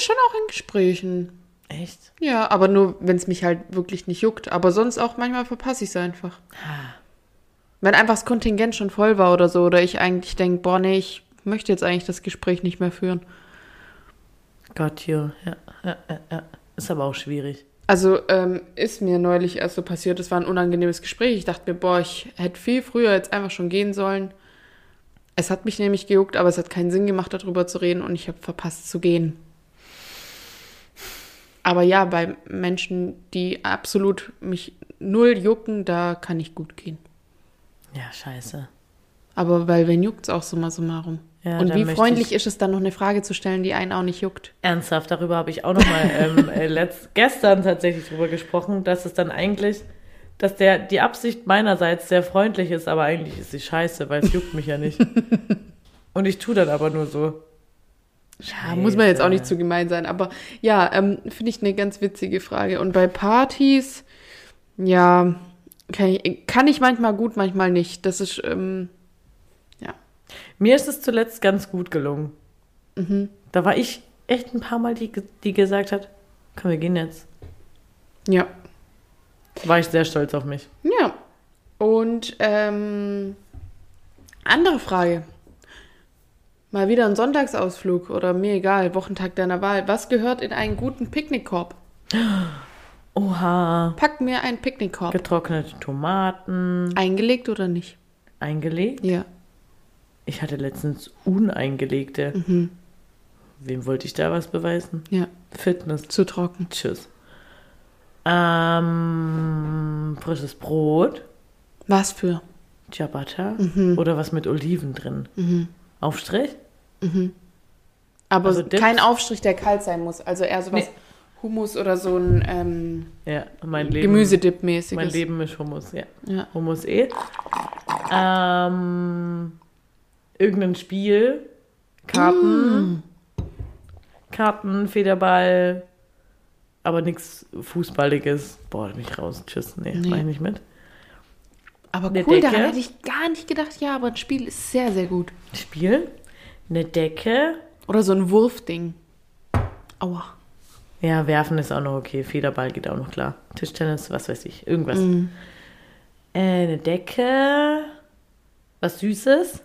S2: schon auch in Gesprächen.
S1: Echt?
S2: Ja, aber nur, wenn es mich halt wirklich nicht juckt. Aber sonst auch manchmal verpasse ich es einfach. Wenn einfach das Kontingent schon voll war oder so, oder ich eigentlich denke, boah, nee, ich möchte jetzt eigentlich das Gespräch nicht mehr führen.
S1: Gott, ja. Ja, ja, ja, ja. Ist aber auch schwierig.
S2: Also ähm, ist mir neulich erst so passiert, es war ein unangenehmes Gespräch. Ich dachte mir, boah, ich hätte viel früher jetzt einfach schon gehen sollen. Es hat mich nämlich gejuckt, aber es hat keinen Sinn gemacht, darüber zu reden und ich habe verpasst zu gehen. Aber ja, bei Menschen, die absolut mich null jucken, da kann ich gut gehen.
S1: Ja, scheiße.
S2: Aber weil wen juckt's auch summa summarum?
S1: Ja,
S2: und
S1: dann
S2: wie
S1: möchte
S2: freundlich
S1: ich-
S2: ist es dann noch eine Frage zu stellen, die einen auch nicht juckt?
S1: Ernsthaft, darüber habe ich auch nochmal ähm, äh, letzt- gestern tatsächlich drüber gesprochen, dass es dann eigentlich, dass der die Absicht meinerseits sehr freundlich ist, aber eigentlich ist sie scheiße, weil es juckt mich ja nicht. Und ich tue dann aber nur so.
S2: Ja, Ah, muss man jetzt auch
S1: äh.
S2: nicht zu gemein sein, aber ja, ähm, finde ich eine ganz witzige Frage. Und bei Partys, ja, kann ich, kann ich manchmal gut, manchmal nicht. Das ist, ähm, ja.
S1: Mir ist es zuletzt ganz gut gelungen.
S2: Mhm.
S1: Da war ich echt ein paar Mal die, die gesagt hat, komm, wir gehen jetzt.
S2: Ja.
S1: War ich sehr stolz auf mich.
S2: Ja. Und ähm, andere Frage. Mal wieder ein Sonntagsausflug oder mir egal, Wochentag deiner Wahl. Was gehört in einen guten Picknickkorb?
S1: Oha.
S2: Pack mir einen Picknickkorb.
S1: Getrocknete Tomaten,
S2: Eingelegt oder nicht?
S1: eingelegt.
S2: Ja.
S1: Ich hatte letztens uneingelegte. Wem wollte ich da was beweisen?
S2: Ja.
S1: Fitness.
S2: Zu trocken.
S1: Tschüss. Ähm, frisches Brot,
S2: Was für?
S1: Ciabatta oder was mit Oliven drin. Aufstrich?
S2: Aber
S1: Also Dips?
S2: kein Aufstrich, der kalt sein muss. Also eher sowas
S1: Nee.
S2: Hummus oder so ein ähm,
S1: Ja, mein Leben.
S2: Gemüsedip-mäßiges.
S1: Mein Leben ist Hummus, ja.
S2: Ja.
S1: Hummus eh. Ähm, irgendein Spiel. Karten. Karten, Federball. Aber nichts Fußballiges. Boah, da bin ich raus. Tschüss. Nee,
S2: Nee.
S1: mach ich nicht mit.
S2: Aber
S1: Eine
S2: cool,
S1: Decke?
S2: daran hätte ich gar nicht gedacht. Ja, aber ein Spiel ist sehr, sehr gut.
S1: Spiel. Eine Decke.
S2: Oder so ein Wurfding. Aua.
S1: Ja, werfen ist auch noch okay. Federball geht auch noch klar. Tischtennis, was weiß ich. Irgendwas. Äh, eine Decke. Was Süßes.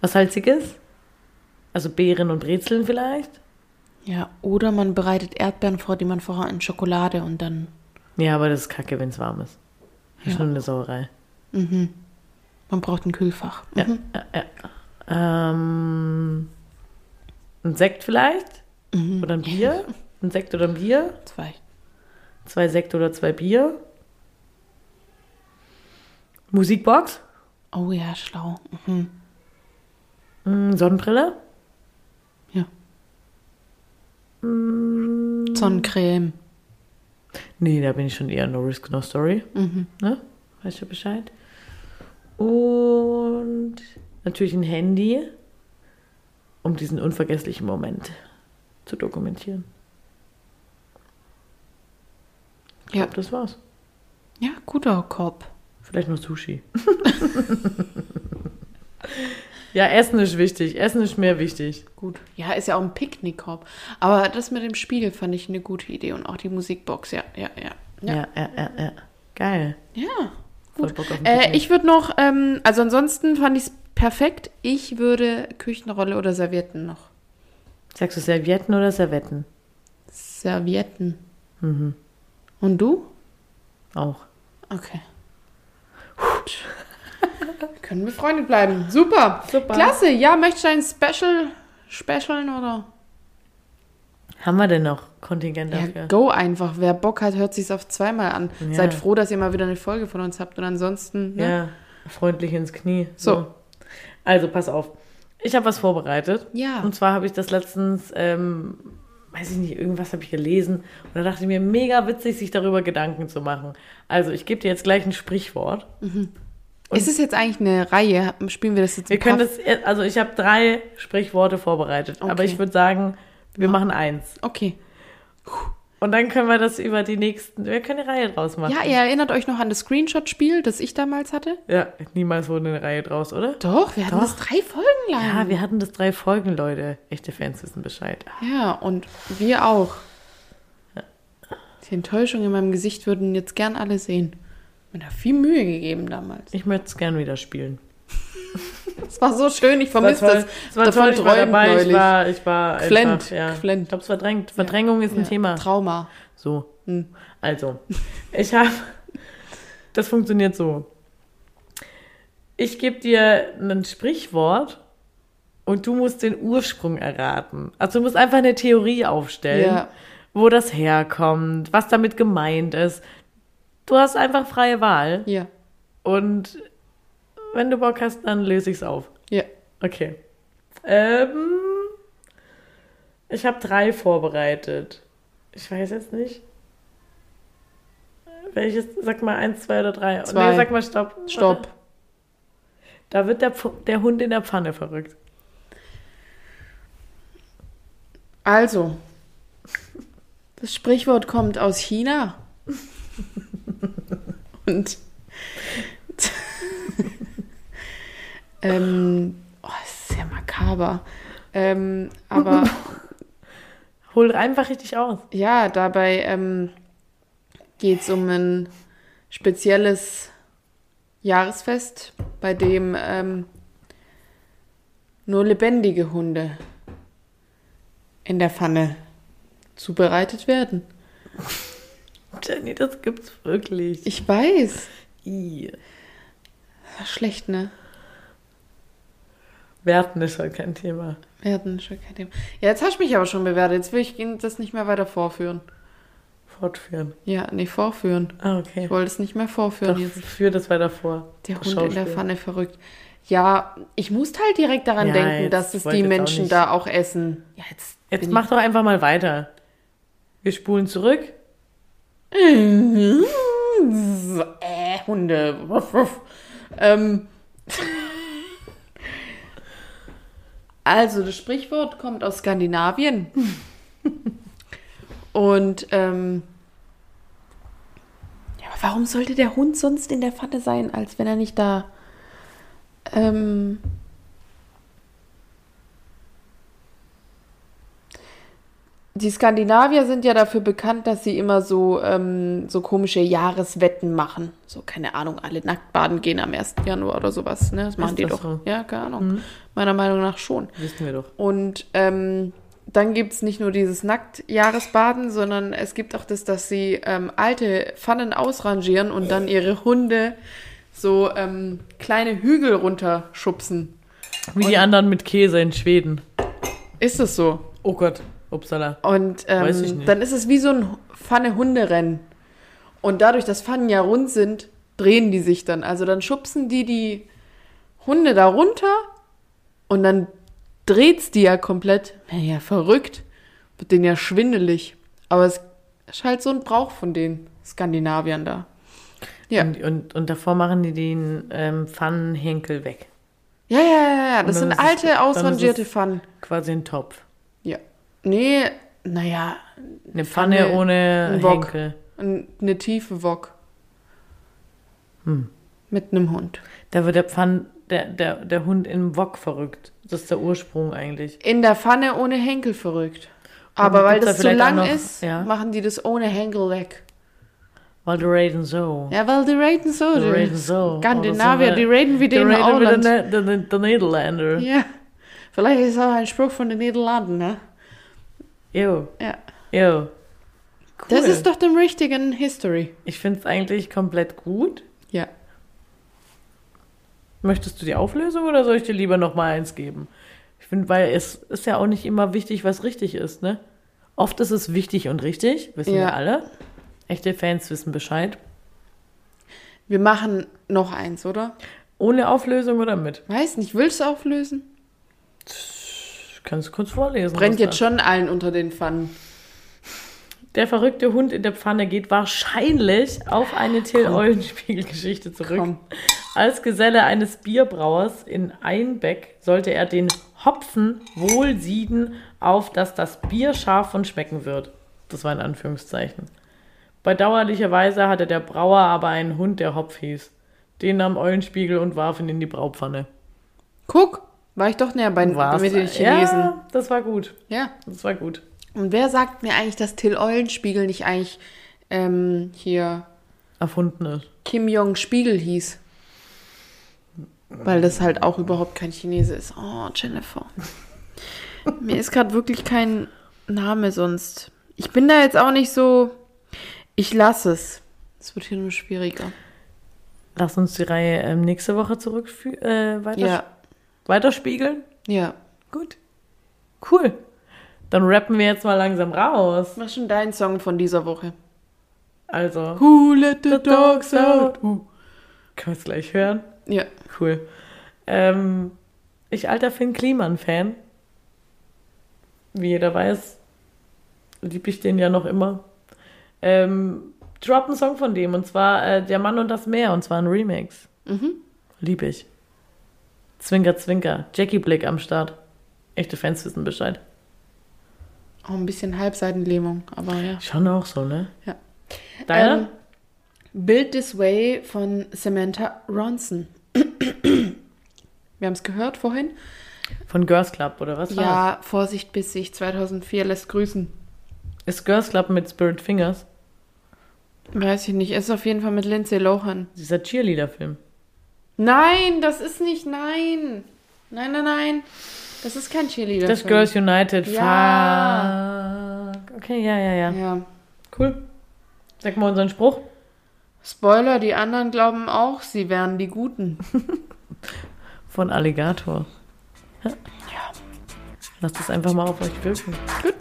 S1: Was Salziges. Also Beeren und Brezeln vielleicht.
S2: Ja, oder man bereitet Erdbeeren vor, die man vorher in Schokolade und dann.
S1: Ja, aber das ist kacke, wenn es warm ist.
S2: Ja.
S1: Schon eine Sauerei.
S2: mhm. Man braucht ein Kühlfach. Mhm.
S1: Ja, ja, ja. Ähm, ein Sekt vielleicht? Oder ein Bier? Ein Sekt oder ein Bier?
S2: Mhm. Zwei.
S1: Zwei Sekt oder zwei Bier? Musikbox?
S2: Oh ja, schlau. Mhm.
S1: Mm, Sonnenbrille?
S2: Ja. Sonnencreme.
S1: Nee, da bin ich schon eher No Risk, No
S2: Mhm.
S1: Story. Ne? Weißt du Bescheid? Und natürlich ein Handy, um diesen unvergesslichen Moment zu dokumentieren. Ich
S2: Ja.
S1: glaube, das war's.
S2: Ja, guter Kopf.
S1: Vielleicht noch Sushi. ja, Essen ist wichtig. Essen ist mehr wichtig.
S2: Gut. Ja, ist ja auch ein Picknickkorb. Aber das mit dem Spiegel fand ich eine gute Idee und auch die Musikbox, ja, ja, ja. Ja,
S1: Ja, ja, ja, ja. Geil.
S2: ja.
S1: Voll
S2: Gut.
S1: Bock auf ein
S2: Äh,
S1: Picknick.
S2: ich würde noch, ähm, also ansonsten fand ich es perfekt. Ich würde Küchenrolle oder Servietten noch.
S1: Sagst du Servietten oder Servetten?
S2: Servietten. Mhm. Und du?
S1: Auch.
S2: Okay. Gut. Können befreundet bleiben. Super.
S1: Super.
S2: Klasse. Ja, möchtest du ein Special, Specialen oder?
S1: Haben wir denn noch Kontingent dafür?
S2: Ja, go einfach. Wer Bock hat, hört sich's auf zweimal an.
S1: Ja.
S2: Seid froh, dass ihr mal wieder eine Folge von uns habt und ansonsten. Ne?
S1: Ja, freundlich ins Knie.
S2: So.
S1: Also, pass auf. Ich habe was vorbereitet.
S2: Ja.
S1: Und zwar habe ich das letztens, ähm, weiß ich nicht, irgendwas habe ich gelesen. Und da dachte ich mir, mega witzig, sich darüber Gedanken zu machen. Also, ich gebe dir jetzt gleich ein Sprichwort.
S2: Ist es jetzt eigentlich eine Reihe? Spielen wir das jetzt?
S1: Wir
S2: ein
S1: können
S2: paar-
S1: das, also ich habe drei Sprichworte vorbereitet. Aber
S2: Okay.
S1: ich würde sagen, wir machen eins.
S2: Okay.
S1: Und dann können wir das über die nächsten, wir können eine Reihe draus machen.
S2: Ja, ihr erinnert euch noch an das Screenshot-Spiel, das ich damals hatte?
S1: Ja, niemals wurde eine Reihe draus, oder?
S2: Doch, wir hatten
S1: Doch.
S2: das drei Folgen
S1: Ja,
S2: lang.
S1: wir hatten das drei Folgen, Leute. Echte Fans wissen Bescheid.
S2: Ja, und wir auch. Die Enttäuschung in meinem Gesicht würden jetzt gern alle sehen. Mir da viel Mühe gegeben damals.
S1: Ich möchte es gern wieder spielen.
S2: Das war so schön, ich
S1: Es
S2: vermisse
S1: war
S2: das.
S1: toll, es war toll, ich war
S2: träumt
S1: dabei, ich
S2: neulich.
S1: war, ich war
S2: Geflennt,
S1: einfach, ja.
S2: geflennt.
S1: Ich hab's verdrängt. Verdrängung ist ein
S2: Ja,
S1: Thema.
S2: Trauma.
S1: So,
S2: Hm.
S1: also, ich habe, das funktioniert so. Ich gebe dir ein Sprichwort und du musst den Ursprung erraten. Also du musst einfach eine Theorie aufstellen,
S2: Ja.
S1: wo das herkommt, was damit gemeint ist. Du hast einfach freie Wahl
S2: Ja.
S1: und wenn du Bock hast, dann löse ich's auf.
S2: Ja.
S1: Okay. Ähm, ich habe drei vorbereitet. Ich weiß jetzt nicht. Welches? Sag mal eins, zwei oder drei.
S2: Zwei.
S1: Nee, sag mal Stopp.
S2: Stopp.
S1: Warte. Da wird der, Pf- der Hund in der Pfanne verrückt.
S2: Also, das Sprichwort kommt aus China. Und ähm, oh, das ist ja makaber. Ähm, aber
S1: Hol einfach richtig aus.
S2: ja, dabei ähm, geht es um ein spezielles Jahresfest, bei dem ähm, nur lebendige Hunde in der Pfanne zubereitet werden.
S1: Jenny, das gibt's wirklich.
S2: Ich weiß.
S1: I.
S2: Schlecht, ne?
S1: Werten ist halt kein Thema.
S2: Wir hatten schon kein Thema. Ja, jetzt hast du mich aber schon bewertet. Jetzt will ich Ihnen das nicht mehr weiter vorführen.
S1: Fortführen.
S2: Ja, nee, vorführen.
S1: Ah, okay.
S2: Ich wollte es nicht mehr vorführen
S1: Doch,
S2: jetzt.
S1: führ das weiter vor.
S2: Der Hund in der
S1: Schauspiel.
S2: Pfanne verrückt. Ja, ich musste halt direkt daran
S1: Ja,
S2: denken,
S1: jetzt
S2: dass es
S1: wollte
S2: die
S1: jetzt auch
S2: Menschen
S1: nicht.
S2: da auch essen. Ja, jetzt.
S1: Jetzt
S2: bin
S1: mach doch einfach mal weiter. Wir spulen zurück.
S2: ich- Äh, Hunde. Wuff, wuff. Ähm. Also, das Sprichwort kommt aus Skandinavien. Und ähm, ja, aber warum sollte der Hund sonst in der Pfanne sein, als wenn er nicht da ähm, Die Skandinavier sind ja dafür bekannt, dass sie immer so, ähm, so komische Jahreswetten machen. So, keine Ahnung, alle nackt baden gehen am 1. Januar oder sowas. Ne? Das machen die
S1: das
S2: doch.
S1: so? Mhm.
S2: Ja, keine Ahnung. Meiner Meinung nach schon.
S1: Wissen wir doch.
S2: Und ähm, dann gibt es nicht nur dieses Nacktjahresbaden, sondern es gibt auch das, dass sie ähm, alte Pfannen ausrangieren und dann ihre Hunde so ähm, kleine Hügel runterschubsen.
S1: Wie die anderen mit Käse in Schweden.
S2: Ist es so?
S1: Oh Gott, upsala.
S2: Und ähm,
S1: Weiß ich nicht.
S2: dann ist es wie so ein Pfanne-Hunderennen. Und dadurch, dass Pfannen ja rund sind, drehen die sich dann. Also dann schubsen die die Hunde da runter und dann dreht's die ja komplett. Na Ja, verrückt. Wird denen ja schwindelig. Aber es ist halt so ein Brauch von den Skandinaviern da. Ja.
S1: Und, und, und davor machen die den ähm, Pfannenhenkel weg.
S2: Ja, ja, ja, ja. Das
S1: Und dann
S2: sind
S1: ist es- dann ist
S2: alte,
S1: es-
S2: ausrangierte Pfannen.
S1: Quasi ein Topf.
S2: Ja. Nee, naja,
S1: Eine Pfanne,
S2: Pfanne,
S1: ohne
S2: ein Wok.
S1: Henkel.
S2: ein- eine ne tiefe Wok.
S1: Hm.
S2: Mit einem Hund.
S1: Da wird der Pfann, der, der, der Hund im Wok verrückt. Das ist der Ursprung eigentlich.
S2: In der Pfanne ohne Henkel verrückt. Aber weil
S1: gibt's da
S2: das zu
S1: vielleicht auch
S2: lang
S1: noch-
S2: ist,
S1: ja. Oh.
S2: machen die das ohne Henkel weg.
S1: Weil die reden so.
S2: Ja, weil die reden so.
S1: Die reden so.
S2: Skandinavier, die reden wie die in
S1: reden
S2: Holland.
S1: der, der, der Niederländer.
S2: Ja. Vielleicht ist auch ein Spruch von den Niederlanden, ne?
S1: Jo,
S2: Ja.
S1: jo. Cool.
S2: Das ist doch dem richtigen History.
S1: ich finde es eigentlich komplett gut.
S2: Ja.
S1: Möchtest du die Auflösung oder soll ich dir lieber noch mal eins geben? Ich finde, weil es ist ja auch nicht immer wichtig, was richtig ist, ne? Oft ist es wichtig und richtig, wissen
S2: Ja.
S1: wir alle. Echte Fans wissen Bescheid.
S2: Wir machen noch eins, oder?
S1: Ohne Auflösung oder mit?
S2: Weiß nicht, willst du auflösen?
S1: Ich kann es kurz vorlesen.
S2: Brennt
S1: was
S2: jetzt
S1: da-
S2: schon allen unter den Pfannen.
S1: Der verrückte Hund in der Pfanne geht wahrscheinlich auf eine Till-Eulenspiegel-Geschichte zurück.
S2: Komm.
S1: Als Geselle eines Bierbrauers in Einbeck sollte er den Hopfen wohl sieden, auf dass das Bier scharf und schmecken wird. Das war in Anführungszeichen. Bedauerlicherweise hatte der Brauer aber einen Hund, der Hopf hieß. Den nahm Eulenspiegel und warf ihn in die Braupfanne.
S2: Guck, war ich doch näher bei,
S1: War's-
S2: mit den Chinesen.
S1: Ja, das war gut.
S2: Ja.
S1: Das war gut.
S2: Und wer sagt mir eigentlich, dass Till Eulenspiegel nicht eigentlich ähm, hier
S1: Erfunden ist.
S2: Kim Jong Spiegel hieß? Weil das halt auch überhaupt kein Chinese ist. Oh, Jennifer. mir ist gerade wirklich kein Name sonst. Ich bin da jetzt auch nicht so. Ich lasse es. Es wird hier nur schwieriger.
S1: Lass uns die Reihe ähm, nächste Woche zurück äh, weiter
S2: Ja,
S1: weiterspiegeln.
S2: ja.
S1: Gut. Cool. Dann rappen wir jetzt mal langsam raus.
S2: Was ist denn dein Song von dieser Woche?
S1: Also,
S2: Who let the
S1: dogs out? Uh. können wir es gleich hören.
S2: Ja.
S1: Cool. Ähm, ich alter Finn Kliman-Fan. Wie jeder weiß, lieb ich den ja noch immer. Ähm, drop einen Song von dem und zwar äh, Der Mann und das Meer und zwar ein Remix.
S2: Mhm.
S1: Lieb ich. Zwinker, Zwinker. Jackie Blick am Start. Echte Fans wissen Bescheid.
S2: Auch ein bisschen Halbseitenlähmung, aber ja.
S1: Schon auch so, ne?
S2: Ja.
S1: Deine?
S2: Ähm, Build This Way von Samantha Ronson. Wir haben es gehört vorhin.
S1: Von Girls Club oder was war
S2: Ja, Vorsicht bis sich 2004 lässt grüßen.
S1: das? Ist Girls Club mit Spirit Fingers
S2: Weiß ich nicht. Ist auf jeden Fall mit Lindsay Lohan.
S1: dieser Cheerleader-Film?
S2: Nein, das ist nicht. Nein. Nein, nein, nein. Das ist kein Cheerleader.
S1: Das Girls United.
S2: Ja.
S1: Fuck. Okay, ja, ja, ja.
S2: Ja.
S1: Cool. Sag mal unseren Spruch.
S2: Spoiler, die anderen glauben auch, sie wären die Guten.
S1: Von Alligator. Ja. Lasst es einfach mal auf euch wirken.
S2: Gut.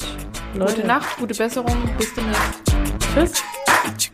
S1: Leute,
S2: Gute Nacht, gute Besserung. Bis demnächst.
S1: tschüss.
S4: It's